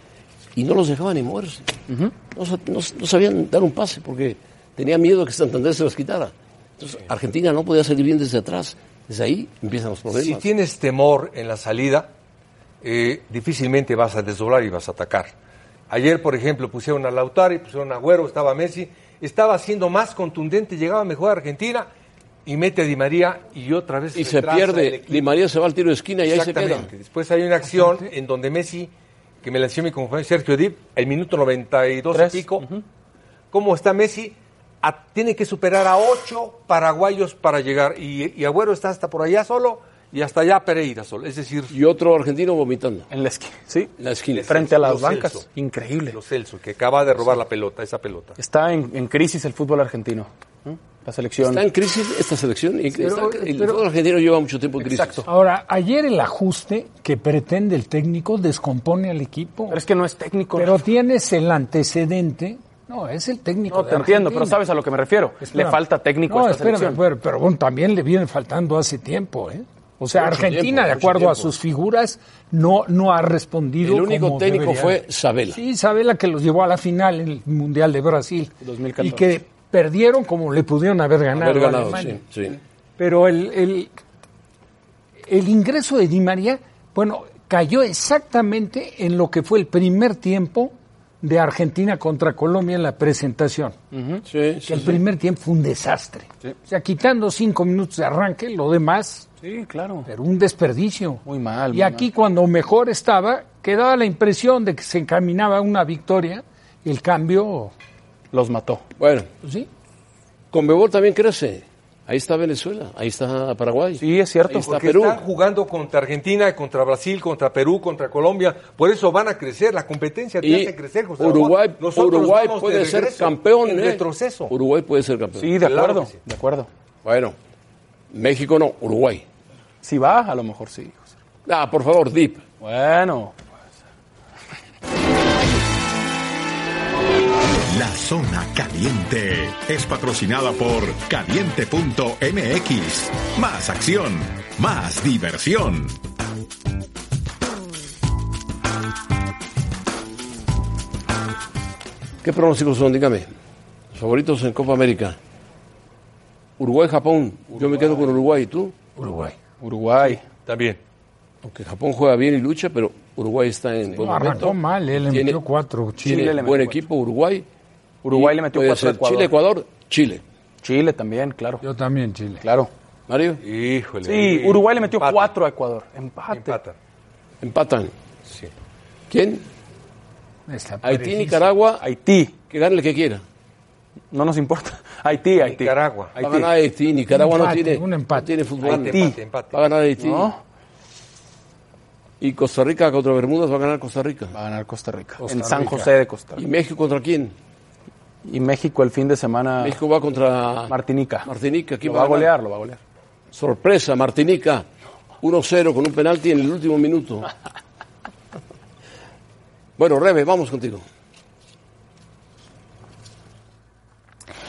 Speaker 2: Y no los dejaban ni moverse. no, sa- no s- no sabían dar un pase porque tenía miedo que Santander se los quitara. Entonces, Argentina no podía salir bien desde atrás. Desde ahí empiezan los
Speaker 4: Si
Speaker 2: problemas.
Speaker 4: tienes temor en la salida, eh, difícilmente vas a desdoblar y vas a atacar. Ayer, por ejemplo, pusieron a Lautaro, pusieron a Agüero, estaba Messi, estaba siendo más contundente, llegaba mejor a Argentina y mete a Di María y otra vez
Speaker 2: y se
Speaker 4: retrasa el
Speaker 2: pierde.
Speaker 4: equipo.
Speaker 2: Di María se va al tiro de esquina y ahí se queda.
Speaker 4: Exactamente. Después hay una acción en donde Messi, que me la enseñó mi compañero Sergio Edip, el minuto 92
Speaker 5: Tres,
Speaker 4: y pico, ¿cómo está Messi? A- tiene que superar a ocho paraguayos para llegar. Y, y Agüero está hasta por allá solo y hasta allá Pereira solo. Es decir,
Speaker 2: Y otro argentino vomitando.
Speaker 5: En la esquina. Sí.
Speaker 2: En la esquina.
Speaker 5: Frente a las
Speaker 4: Lo
Speaker 5: bancas.
Speaker 4: Celso.
Speaker 5: Increíble.
Speaker 4: los Celso, que acaba de robar la pelota, esa pelota.
Speaker 5: Está en, en crisis el fútbol argentino. ¿Mm? La selección.
Speaker 2: Está en crisis esta selección. y está-
Speaker 3: Pero-
Speaker 2: el
Speaker 3: pero-
Speaker 2: fútbol argentino lleva mucho tiempo en crisis.
Speaker 5: Exacto.
Speaker 3: Ahora, ayer el ajuste que pretende el técnico descompone al equipo.
Speaker 5: Pero es que no es técnico.
Speaker 3: Pero
Speaker 5: Rafa.
Speaker 3: tienes el antecedente. No, es el técnico.
Speaker 5: no,
Speaker 3: de
Speaker 5: te entiendo,
Speaker 3: Argentina.
Speaker 5: pero sabes a lo que me refiero.
Speaker 3: Espérame.
Speaker 5: Le falta técnico
Speaker 3: no,
Speaker 5: a esta
Speaker 3: espérame,
Speaker 5: selección.
Speaker 3: Pero, pero bueno, también le viene faltando hace tiempo, ¿eh? O sea,
Speaker 2: Mucho
Speaker 3: Argentina,
Speaker 2: tiempo,
Speaker 3: de
Speaker 2: mucho
Speaker 3: acuerdo a
Speaker 2: tiempo.
Speaker 3: sus figuras, no, no ha respondido.
Speaker 2: El único
Speaker 3: como
Speaker 2: técnico
Speaker 3: debería.
Speaker 2: fue Sabela.
Speaker 3: Sí, Sabela que los llevó a la final en el Mundial de Brasil.
Speaker 5: 2014.
Speaker 3: Y que perdieron como le pudieron haber ganado.
Speaker 2: Haber
Speaker 3: a
Speaker 2: ganado,
Speaker 3: Alemania.
Speaker 2: sí, sí.
Speaker 3: Pero el, el, el ingreso de Di María, bueno, cayó exactamente en lo que fue el primer tiempo de Argentina contra Colombia en la presentación.
Speaker 2: Sí,
Speaker 3: Que
Speaker 2: sí,
Speaker 3: el
Speaker 2: sí.
Speaker 3: primer tiempo fue un desastre. O sea, quitando cinco minutos de arranque, lo demás,
Speaker 5: Sí, claro.
Speaker 3: pero un desperdicio.
Speaker 5: Muy mal,
Speaker 3: Y
Speaker 5: muy
Speaker 3: aquí cuando mejor estaba, quedaba la impresión de que se encaminaba a una victoria. y El cambio,
Speaker 5: Los mató.
Speaker 2: Bueno,
Speaker 3: pues sí.
Speaker 2: Conmebol también crece. Ahí está Venezuela, ahí está Paraguay.
Speaker 5: Sí, es cierto.
Speaker 2: Ahí está
Speaker 4: Porque
Speaker 2: Perú.
Speaker 4: están jugando contra Argentina, contra Brasil, contra Perú, contra Colombia. Por eso van a crecer. La competencia
Speaker 2: Y
Speaker 4: tiene que crecer, José Ramón.
Speaker 2: Uruguay,
Speaker 4: Nosotros
Speaker 2: Uruguay
Speaker 4: vamos de
Speaker 2: puede ser
Speaker 4: regreso,
Speaker 2: campeón.
Speaker 4: En
Speaker 2: ¿eh?
Speaker 4: retroceso.
Speaker 2: Uruguay puede ser
Speaker 3: pues.
Speaker 2: campeón.
Speaker 5: Sí, de
Speaker 4: Claro
Speaker 5: acuerdo.
Speaker 4: que sí.
Speaker 5: De acuerdo.
Speaker 2: Bueno, México no, Uruguay.
Speaker 5: Si va, a lo mejor sí.
Speaker 2: Ah, por favor, Deep.
Speaker 5: Bueno.
Speaker 1: La zona caliente es patrocinada por caliente.mx. Más acción, más diversión.
Speaker 2: ¿Qué pronósticos son? Dígame. Los favoritos en Copa América. Uruguay, Japón. Yo me quedo con Uruguay. ¿Y tú?
Speaker 3: Uruguay.
Speaker 5: Uruguay.
Speaker 4: También.
Speaker 2: Aunque Japón juega bien y lucha, pero Uruguay está en buen
Speaker 3: No, arrancó
Speaker 2: momento.
Speaker 3: mal, él
Speaker 2: Tiene-
Speaker 3: metió cuatro.
Speaker 2: Tiene
Speaker 5: Chile le metió
Speaker 2: buen
Speaker 5: cuatro.
Speaker 2: equipo Uruguay.
Speaker 5: Uruguay
Speaker 2: Y
Speaker 5: le metió
Speaker 2: puede
Speaker 5: cuatro a
Speaker 2: ser
Speaker 5: Ecuador.
Speaker 2: Chile, Ecuador, Chile.
Speaker 5: Chile también, claro.
Speaker 3: Yo también, Chile.
Speaker 5: Claro.
Speaker 2: Mario,
Speaker 4: Híjole.
Speaker 5: Sí, Uruguay le metió
Speaker 4: Empatan,
Speaker 5: cuatro a Ecuador. Empate.
Speaker 4: empatan.
Speaker 2: empatan.
Speaker 4: Sí.
Speaker 2: ¿Quién?
Speaker 3: Está
Speaker 2: Haití,
Speaker 3: parejísimo.
Speaker 2: Nicaragua,
Speaker 5: Haití.
Speaker 2: que gane el que quiera.
Speaker 5: No nos importa. Haití, Haití.
Speaker 4: Nicaragua.
Speaker 2: Va a
Speaker 5: Haití.
Speaker 2: ganar Haití, Nicaragua
Speaker 3: Un
Speaker 2: no
Speaker 3: empate,
Speaker 2: tiene,
Speaker 3: un empate.
Speaker 2: no tiene fútbol.
Speaker 4: Empate, empate, empate.
Speaker 2: Va a ganar Haití.
Speaker 5: ¿No?
Speaker 2: Y Costa Rica contra Bermudas va a ganar Costa Rica.
Speaker 5: Va a ganar Costa Rica.
Speaker 3: Costa
Speaker 5: en San
Speaker 3: Rica.
Speaker 5: José de Costa
Speaker 2: ¿Y
Speaker 5: Rica.
Speaker 2: México contra quién?
Speaker 5: Y México el fin de
Speaker 12: Ah.
Speaker 5: semana.
Speaker 2: México va contra
Speaker 5: Martinica.
Speaker 2: Martinica. ¿Quién
Speaker 5: Lo va a
Speaker 2: ganar?
Speaker 5: golear, lo va a golear.
Speaker 2: Sorpresa, Martinica. 1-0 con un penalti en el último minuto. Bueno, Rebe, vamos contigo.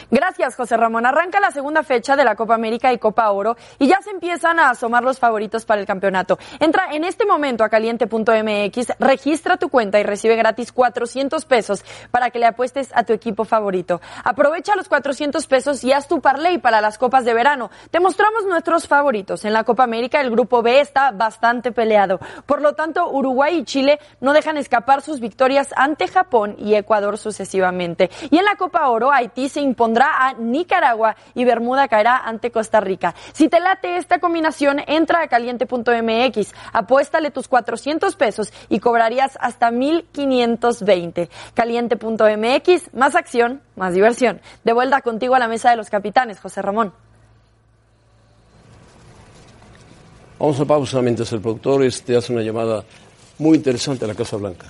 Speaker 7: Gracias. decías, José Ramón, arranca la segunda fecha de la Copa América y Copa Oro y ya se empiezan a asomar los favoritos para el campeonato. Entra en este momento a caliente.mx, registra tu cuenta y recibe gratis 400 pesos para que le apuestes a tu equipo favorito. Aprovecha los 400 pesos y haz tu parlay para las copas de verano. Te mostramos nuestros favoritos. En la Copa América el grupo B está bastante peleado. Por lo tanto, Uruguay y Chile no dejan escapar sus victorias ante Japón y Ecuador sucesivamente. Y en la Copa Oro, Haití se impondrá a Nicaragua y Bermuda caerá ante Costa Rica. Si te late esta combinación, entra a caliente.mx, apuéstale tus 400 pesos y cobrarías hasta 1520. Caliente.mx, más acción, más diversión. De vuelta contigo a la mesa de los capitanes, José Ramón.
Speaker 2: Vamos a pausa mientras el productor este, hace una llamada muy interesante a la Casa Blanca.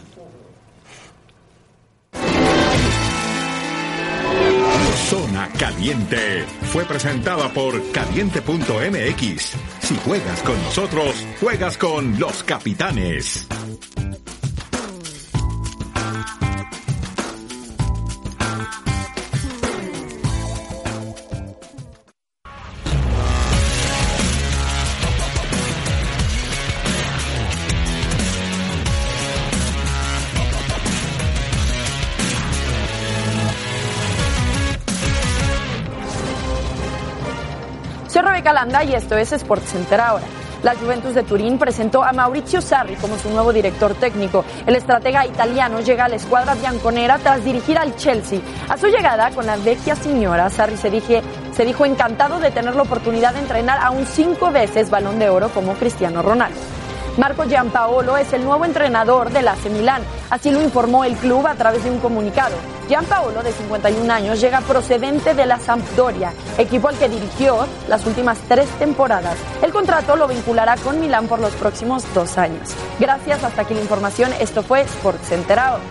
Speaker 13: Zona Caliente fue presentada por caliente.mx. Si juegas con nosotros, juegas con los capitanes.
Speaker 7: Soy Rebeca Landa y esto es Sports Center ahora. La Juventus de Turín presentó a Maurizio Sarri como su nuevo director técnico. El estratega italiano llega a la escuadra bianconera tras dirigir al Chelsea. A su llegada con la vecchia señora, Sarri se, dije- se dijo encantado de tener la oportunidad de entrenar a un cinco veces balón de oro como Cristiano Ronaldo. Marco Giampaolo es el nuevo entrenador del AC Milán, así lo informó el club a través de un comunicado. Giampaolo, de 51 años, llega procedente de la Sampdoria, equipo al que dirigió las últimas tres temporadas. El contrato lo vinculará con Milán por los próximos dos años. Gracias, hasta aquí la información. Esto fue Sports Center Ahora.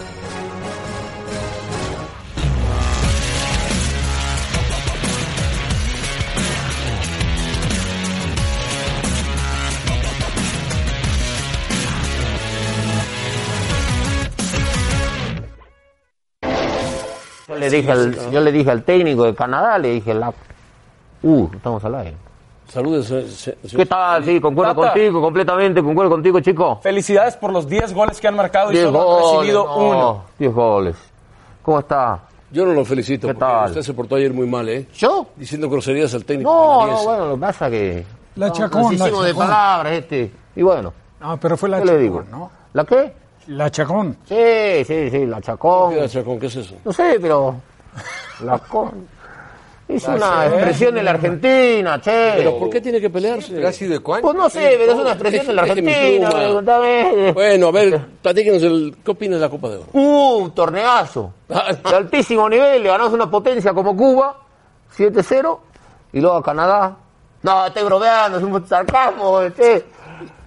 Speaker 12: Yo le, dije al, yo le dije al técnico de Canadá, le dije, la... uh, estamos al aire.
Speaker 2: Saludos.
Speaker 12: ¿Qué tal? Sí, concuerdo
Speaker 5: Tata.
Speaker 12: contigo, completamente, concuerdo contigo, chico.
Speaker 5: Felicidades por los 10 goles que han marcado y
Speaker 12: Diez
Speaker 5: solo han
Speaker 12: goles,
Speaker 5: recibido
Speaker 12: no,
Speaker 5: uno.
Speaker 12: 10 goles. ¿Cómo está?
Speaker 2: Yo no lo felicito.
Speaker 12: ¿Qué
Speaker 2: porque
Speaker 12: tal?
Speaker 2: Usted se portó ayer muy mal, ¿eh?
Speaker 12: ¿Yo?
Speaker 2: Diciendo groserías al técnico.
Speaker 12: No, no,
Speaker 2: canadiense.
Speaker 12: bueno, lo que pasa que...
Speaker 2: La
Speaker 12: no,
Speaker 2: chacón,
Speaker 12: nos
Speaker 2: la
Speaker 12: hicimos de
Speaker 2: chacón.
Speaker 12: palabras, este. Y bueno.
Speaker 3: No, pero fue la
Speaker 12: ¿Qué le digo? ¿La qué?
Speaker 3: La chacón.
Speaker 12: Sí, sí, sí, la chacón.
Speaker 2: ¿Qué chacón? ¿Qué es eso?
Speaker 12: No sé, pero... La con... Es
Speaker 2: La
Speaker 12: una
Speaker 2: chacón.
Speaker 12: expresión de la Argentina, che.
Speaker 2: ¿Pero por qué tiene que pelearse?
Speaker 12: Pero ha sido
Speaker 4: ecuánime.
Speaker 12: Pues no sé, pero
Speaker 2: Este
Speaker 12: es una expresión de la
Speaker 2: Déjeme
Speaker 12: Argentina,
Speaker 2: pluma.
Speaker 12: preguntame.
Speaker 2: Bueno, a ver, platíquenos, el, ¿qué opinas de la Copa de Oro?
Speaker 12: Uh, un torneazo. De altísimo nivel, le ganamos una potencia como Cuba, 7-0, y luego a Canadá. No, estoy bromeando, es un sarcasmo, este.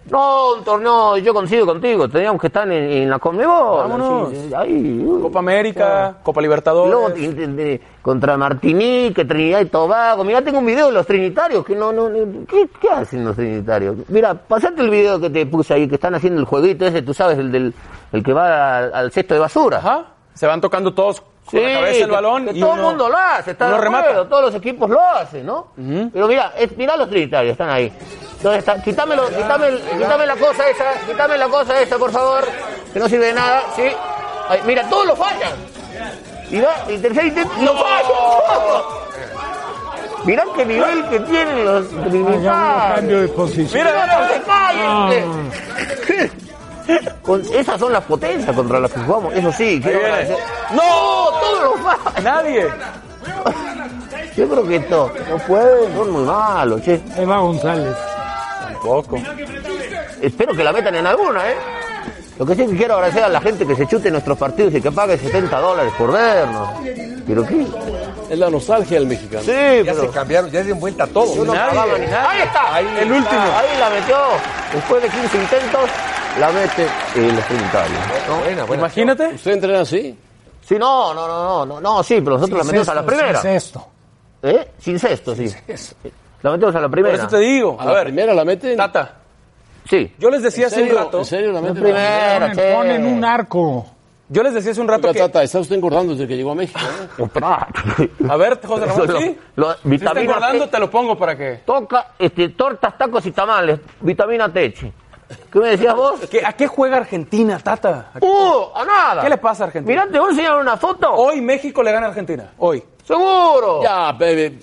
Speaker 12: No, un torneo, yo coincido contigo, teníamos que estar en, en la Conmebol.
Speaker 5: Vámonos.
Speaker 12: así, ahí, uh,
Speaker 5: Copa América, Copa Libertadores.
Speaker 12: luego, y- y- y- contra Martinique, Trinidad y Tobago. Mirá, tengo un video de los trinitarios que no, no, no- ¿qué, qué hacen los trinitarios? Mira, pasate el video que te puse ahí, que están haciendo el jueguito ese, tú sabes, el del el que va al, al cesto de basura.
Speaker 5: Se van tocando todos con la
Speaker 12: Sí,
Speaker 5: cabeza el
Speaker 12: que-
Speaker 5: balón
Speaker 12: que
Speaker 5: y
Speaker 12: todo
Speaker 5: uno-
Speaker 12: el mundo lo hace, está
Speaker 5: uno
Speaker 12: de
Speaker 5: remata.
Speaker 12: acuerdo, todos los equipos lo hacen, ¿no? Pero mira, es- mira los trinitarios, están ahí. ¿Dónde están? Quítame, lo- quítame, el- quítame la cosa esa, quítame la cosa esa, por favor, que no sirve de nada, ¿sí? Ahí, mira, todos lo fallan. Y va, el tercer intento, ¡lo fallan! Mirá qué nivel que tienen los
Speaker 3: Hagamos un
Speaker 12: trinitarios.
Speaker 3: cambio de posición.
Speaker 12: Mira, mira, mira.
Speaker 3: Ah.
Speaker 12: Con- esas son las potencias contra las que jugamos, eso sí. quiero agradecer. ¡No! ¡Todos los fallan!
Speaker 5: ¡Nadie!
Speaker 12: Yo creo que esto no pueden, son muy malos, che.
Speaker 3: Eva González.
Speaker 5: Tampoco.
Speaker 12: Espero que la metan en alguna, ¿eh? Lo que sí que quiero agradecer a la gente que se chute nuestros partidos y que pague 70 dólares por vernos. ¿Pero qué?
Speaker 2: Es la nostalgia del mexicano.
Speaker 12: Sí,
Speaker 4: ya
Speaker 12: pero-
Speaker 4: se cambiaron, ya dieron vuelta a todo.
Speaker 12: Yo no pagaba ni nada. Ahí está.
Speaker 4: el último.
Speaker 12: Ahí la metió. Después de 15 intentos, la mete en los trinitarios.
Speaker 5: Imagínate.
Speaker 2: ¿Usted entrena así?
Speaker 12: Sí, no, no, no, no, no, no, sí, pero nosotros la metimos a la primera.
Speaker 3: Es esto.
Speaker 12: ¿Eh? Sin sexto, sí. La metimos a la
Speaker 5: Por
Speaker 12: primera.
Speaker 5: eso te digo.
Speaker 2: ¿A
Speaker 5: A,
Speaker 2: la
Speaker 5: ver,
Speaker 2: primera la meten?
Speaker 5: Tata.
Speaker 12: Sí.
Speaker 5: Yo les decía hace un
Speaker 2: serio?
Speaker 5: rato.
Speaker 2: ¿En serio la
Speaker 12: La
Speaker 2: meten?
Speaker 12: primera,
Speaker 3: Ponen,
Speaker 12: che.
Speaker 3: ponen un arco.
Speaker 5: Yo les decía hace un rato
Speaker 2: que... Tata, está usted engordando desde que llegó a México, ¿eh?
Speaker 5: A ver, José Ramón,
Speaker 12: Eso lo-
Speaker 5: ¿sí?
Speaker 12: lo-
Speaker 5: Si estás
Speaker 12: vitamina
Speaker 5: engordando,
Speaker 12: T.
Speaker 5: te lo pongo para que...
Speaker 12: Toca este, tortas, tacos y tamales. Vitamina T. chi. ¿Qué me decías vos?
Speaker 5: ¿A qué juega Argentina, Tata?
Speaker 12: ¡Uh! ¡A nada!
Speaker 5: ¿Qué le pasa a Argentina?
Speaker 12: Mirá, te voy a enseñar una foto.
Speaker 5: Hoy México le gana a Argentina. Hoy.
Speaker 12: ¡Seguro!
Speaker 2: Ya, baby.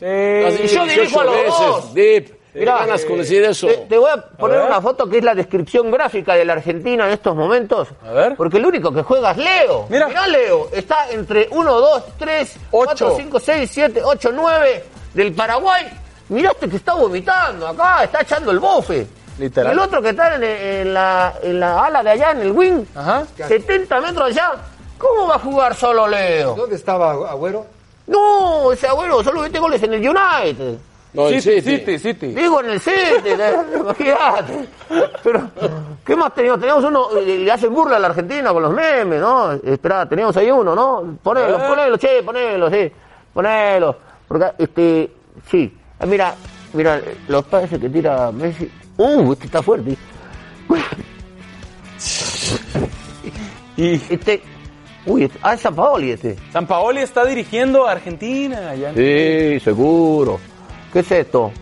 Speaker 12: Y yo dirijo a los dos.
Speaker 2: Dip. ¿Qué
Speaker 12: Mirá,
Speaker 2: ganas con
Speaker 12: eh,
Speaker 2: decir eso?
Speaker 12: Te, te voy a poner
Speaker 2: ver.
Speaker 12: una foto que es la descripción gráfica de la Argentina en estos momentos. A ver. Porque el único que juega es Leo. Mira. Mirá, Leo. Está entre 1, 2, 3, 4, 5, 6, 7, 8, 9 del Paraguay. Mirá este que está vomitando acá, está echando el bofe.
Speaker 14: Literal.
Speaker 12: El otro que está en, en la, en la ala de allá, en el wing, 70 metros allá. ¿Cómo va a jugar solo Leo? ¿Dónde estaba Agüero? No, ese Agüero solo mete goles en el United.
Speaker 2: No, el City.
Speaker 12: Digo en el City, imagínate. Pero, ¿qué más teníamos? Teníamos uno, eh, le hacen burla a la Argentina con los memes, ¿no? Esperá, teníamos ahí uno, ¿no? Ponelo,
Speaker 14: Eh.
Speaker 12: ponelo, che, ponelo, sí. Ponelo. Porque, este, sí. Ah, Mira, mira, eh, los pases que tira Messi. Uh, este está fuerte.
Speaker 5: y
Speaker 12: este, uy, este, ah, es San Paoli este.
Speaker 5: San Paoli está dirigiendo a Argentina. ya.
Speaker 12: Sí, seguro. ¿Qué es esto?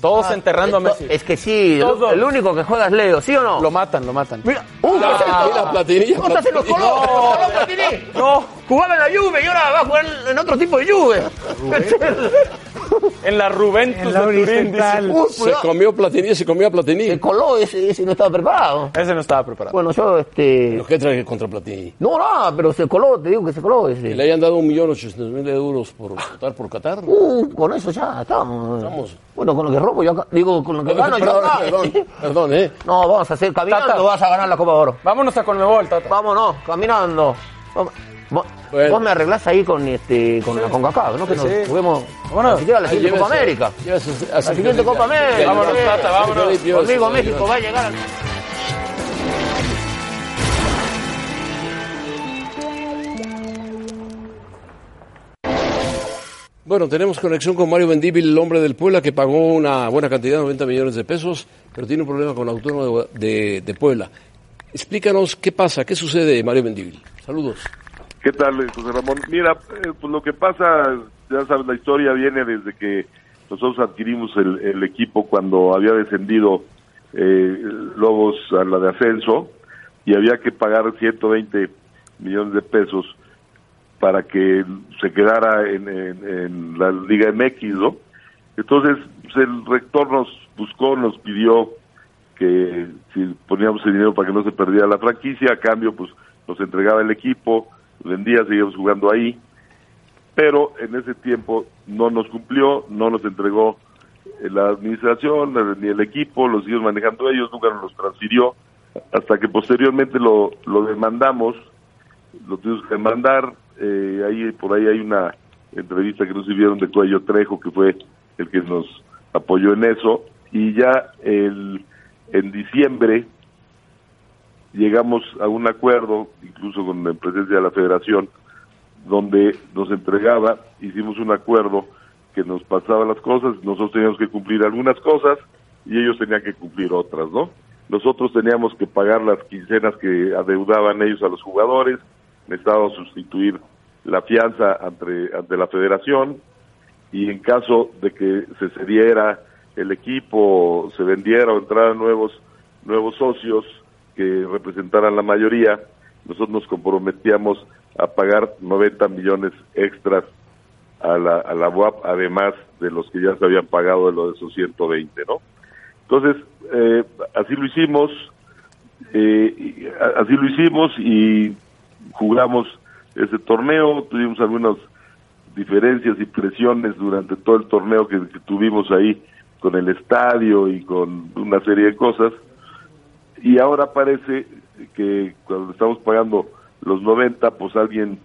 Speaker 5: Todos enterrando a
Speaker 12: Ah, esto-
Speaker 5: Messi.
Speaker 12: Es que sí, el-
Speaker 5: Todos.
Speaker 12: el, único que juega es Leo, ¿sí o no? Lo
Speaker 5: matan, lo matan.
Speaker 12: Mira, ¡uh! ¿qué
Speaker 5: Ah,
Speaker 12: es esto?
Speaker 5: mira, Platini,
Speaker 12: ¿Cómo estás en los
Speaker 5: Platini.
Speaker 12: colores?
Speaker 5: No.
Speaker 12: ¡Los colores, Platini!
Speaker 5: No.
Speaker 12: Jugaba en la Juve y ahora va a jugar en otro tipo de Juve.
Speaker 5: En la Ruventus
Speaker 12: En la
Speaker 5: de Turín,
Speaker 12: horizontal.
Speaker 5: dice.
Speaker 12: Uy,
Speaker 2: Se comió Platini, se comió a Platini. Se
Speaker 12: coló, ese, ese no estaba preparado.
Speaker 5: Ese no estaba preparado.
Speaker 12: Bueno, yo, este...
Speaker 2: ¿Pero qué traje contra Platini?
Speaker 12: No, no, pero se coló, te digo que se coló ese.
Speaker 2: Que le hayan dado un millón ochocientos mil euros por votar por Qatar.
Speaker 12: Uh, con eso ya estamos.
Speaker 2: Estamos.
Speaker 12: Bueno, con lo que robo yo acá, digo, con lo que gano yo
Speaker 2: perdón,
Speaker 12: acá.
Speaker 2: perdón, perdón, ¿eh?
Speaker 12: No, vamos a hacer caminando,
Speaker 2: Tata.
Speaker 12: vas a ganar la Copa de Oro.
Speaker 5: Vámonos a Conmebol, Tata.
Speaker 12: Vámonos, caminando. Vamos. Vos, vos me arreglás ahí con este con la CONCACAF, ¿no? Que nos
Speaker 2: Sí.
Speaker 12: juguemos ni siquiera a la siguiente Copa América. A la siguiente Copa América. Sí. Conmigo México va a llegar. al-
Speaker 2: Bueno, tenemos conexión con Mario Bendíbil, el hombre del Puebla, que pagó una buena cantidad, 90 millones de pesos, pero tiene un problema con la Autónoma de, de- de Puebla. Explícanos qué pasa, qué sucede, Mario Bendíbil. Saludos.
Speaker 15: ¿Qué tal, José Ramón? Mira, eh, pues lo que pasa, ya sabes, la historia viene desde que nosotros adquirimos el, el equipo cuando había descendido eh, Lobos a la de ascenso y había que pagar 120 millones de pesos para que se quedara en, en- en la Liga MX, ¿no? Entonces, pues, el rector nos buscó, nos pidió que si poníamos el dinero para que no se perdiera la franquicia, a cambio, pues nos entregaba el equipo, vendía, seguíamos jugando ahí, pero en ese tiempo no nos cumplió, no nos entregó eh, la administración ni el equipo, lo siguieron manejando ellos, nunca nos los transfirió, hasta que posteriormente lo, lo demandamos, lo tuvimos que demandar, eh, ahí por ahí hay una entrevista que nos hicieron de Cuello Trejo, que fue el que nos apoyó en eso, y ya el, en diciembre llegamos a un acuerdo, incluso con la presencia de la federación, donde nos entregaba, hicimos un acuerdo que nos pasaba las cosas, nosotros teníamos que cumplir algunas cosas y ellos tenían que cumplir otras, ¿no? Nosotros teníamos que pagar las quincenas que adeudaban ellos a los jugadores, necesitaba sustituir la fianza ante, ante la federación y en caso de que se cediera el equipo, se vendiera o entraran nuevos, nuevos socios que representaran la mayoría, nosotros nos comprometíamos a pagar 90 millones extras a la, a la UAP, además de los que ya se habían pagado de los de esos 120, ¿no? Entonces, eh, así lo hicimos, eh, y- a- así lo hicimos y jugamos ese torneo, tuvimos algunas diferencias y presiones durante todo el torneo que, que tuvimos ahí con el estadio y con una serie de cosas, y ahora parece que cuando estamos pagando los 90, pues alguien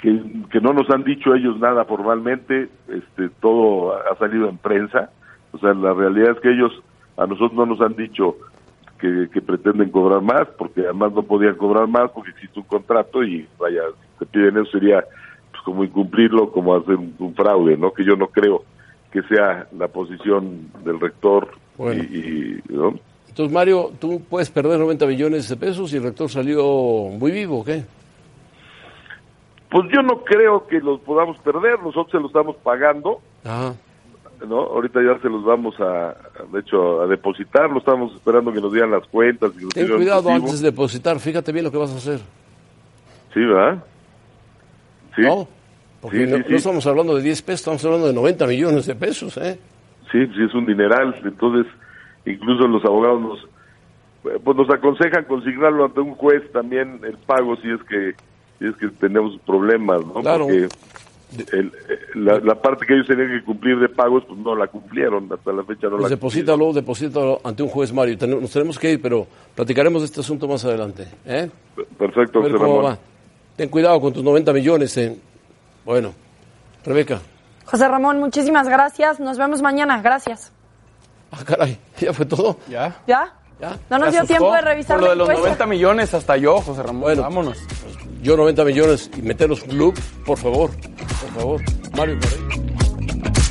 Speaker 15: que, que no nos han dicho ellos nada formalmente, este, todo ha ha salido en prensa, o sea, la realidad es que ellos a nosotros no nos han dicho que, que pretenden cobrar más, porque además no podían cobrar más porque existe un contrato y vaya, si te piden eso sería pues, como incumplirlo, como hacer un, un fraude, ¿no? Que yo no creo que sea la posición del rector y- y, ¿no?
Speaker 2: Entonces, Mario, tú puedes perder 90 millones de pesos y el rector salió muy vivo, ¿o ¿qué?
Speaker 15: Pues yo no creo que los podamos perder, nosotros se los estamos pagando,
Speaker 2: Ajá.
Speaker 15: ¿no? Ahorita ya se los vamos a, de hecho, a depositar, lo estamos esperando que nos digan las cuentas. y que nos
Speaker 2: Ten
Speaker 15: digan el
Speaker 2: cuidado
Speaker 15: motivo.
Speaker 2: antes de depositar, fíjate bien lo que vas a hacer.
Speaker 15: Sí, ¿verdad? Sí.
Speaker 2: Porque
Speaker 15: Sí,
Speaker 2: no,
Speaker 15: sí, sí.
Speaker 2: no estamos hablando de 10 pesos, estamos hablando de 90 millones de pesos, ¿eh?
Speaker 15: Sí, sí es un dineral, entonces incluso los abogados nos eh, pues nos aconsejan consignarlo ante un juez también el pago si es que si es que tenemos problemas, ¿no?
Speaker 2: Claro.
Speaker 15: Porque el- eh, la, la parte que ellos tenían que cumplir de pagos pues no la cumplieron hasta la fecha no
Speaker 2: Pues
Speaker 15: la
Speaker 2: deposítalo, deposítalo ante un juez, Mario. Ten- Nos tenemos que ir, pero platicaremos de este asunto más adelante, ¿eh?
Speaker 15: perfecto
Speaker 2: A ver
Speaker 15: José
Speaker 2: cómo
Speaker 15: Ramón.
Speaker 2: va. Ten cuidado con tus 90 millones, ¿eh? Bueno, Rebeca.
Speaker 7: José Ramón, muchísimas gracias. Nos vemos mañana. Gracias.
Speaker 2: Ah, caray, ya fue todo.
Speaker 5: Ya.
Speaker 7: ¿Ya? No nos
Speaker 5: Me
Speaker 7: dio
Speaker 5: asustó
Speaker 7: tiempo de revisar
Speaker 5: Por lo
Speaker 7: la
Speaker 5: de los
Speaker 7: encuesta.
Speaker 5: 90 millones hasta yo, José Ramón. Vámonos.
Speaker 2: Yo 90 millones y meterlos en un club, por favor. Por favor. Mario, por ahí.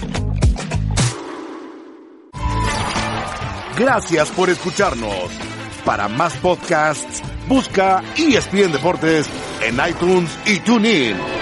Speaker 1: Gracias por escucharnos. Para más podcasts, busca ESPN Deportes en iTunes y TuneIn.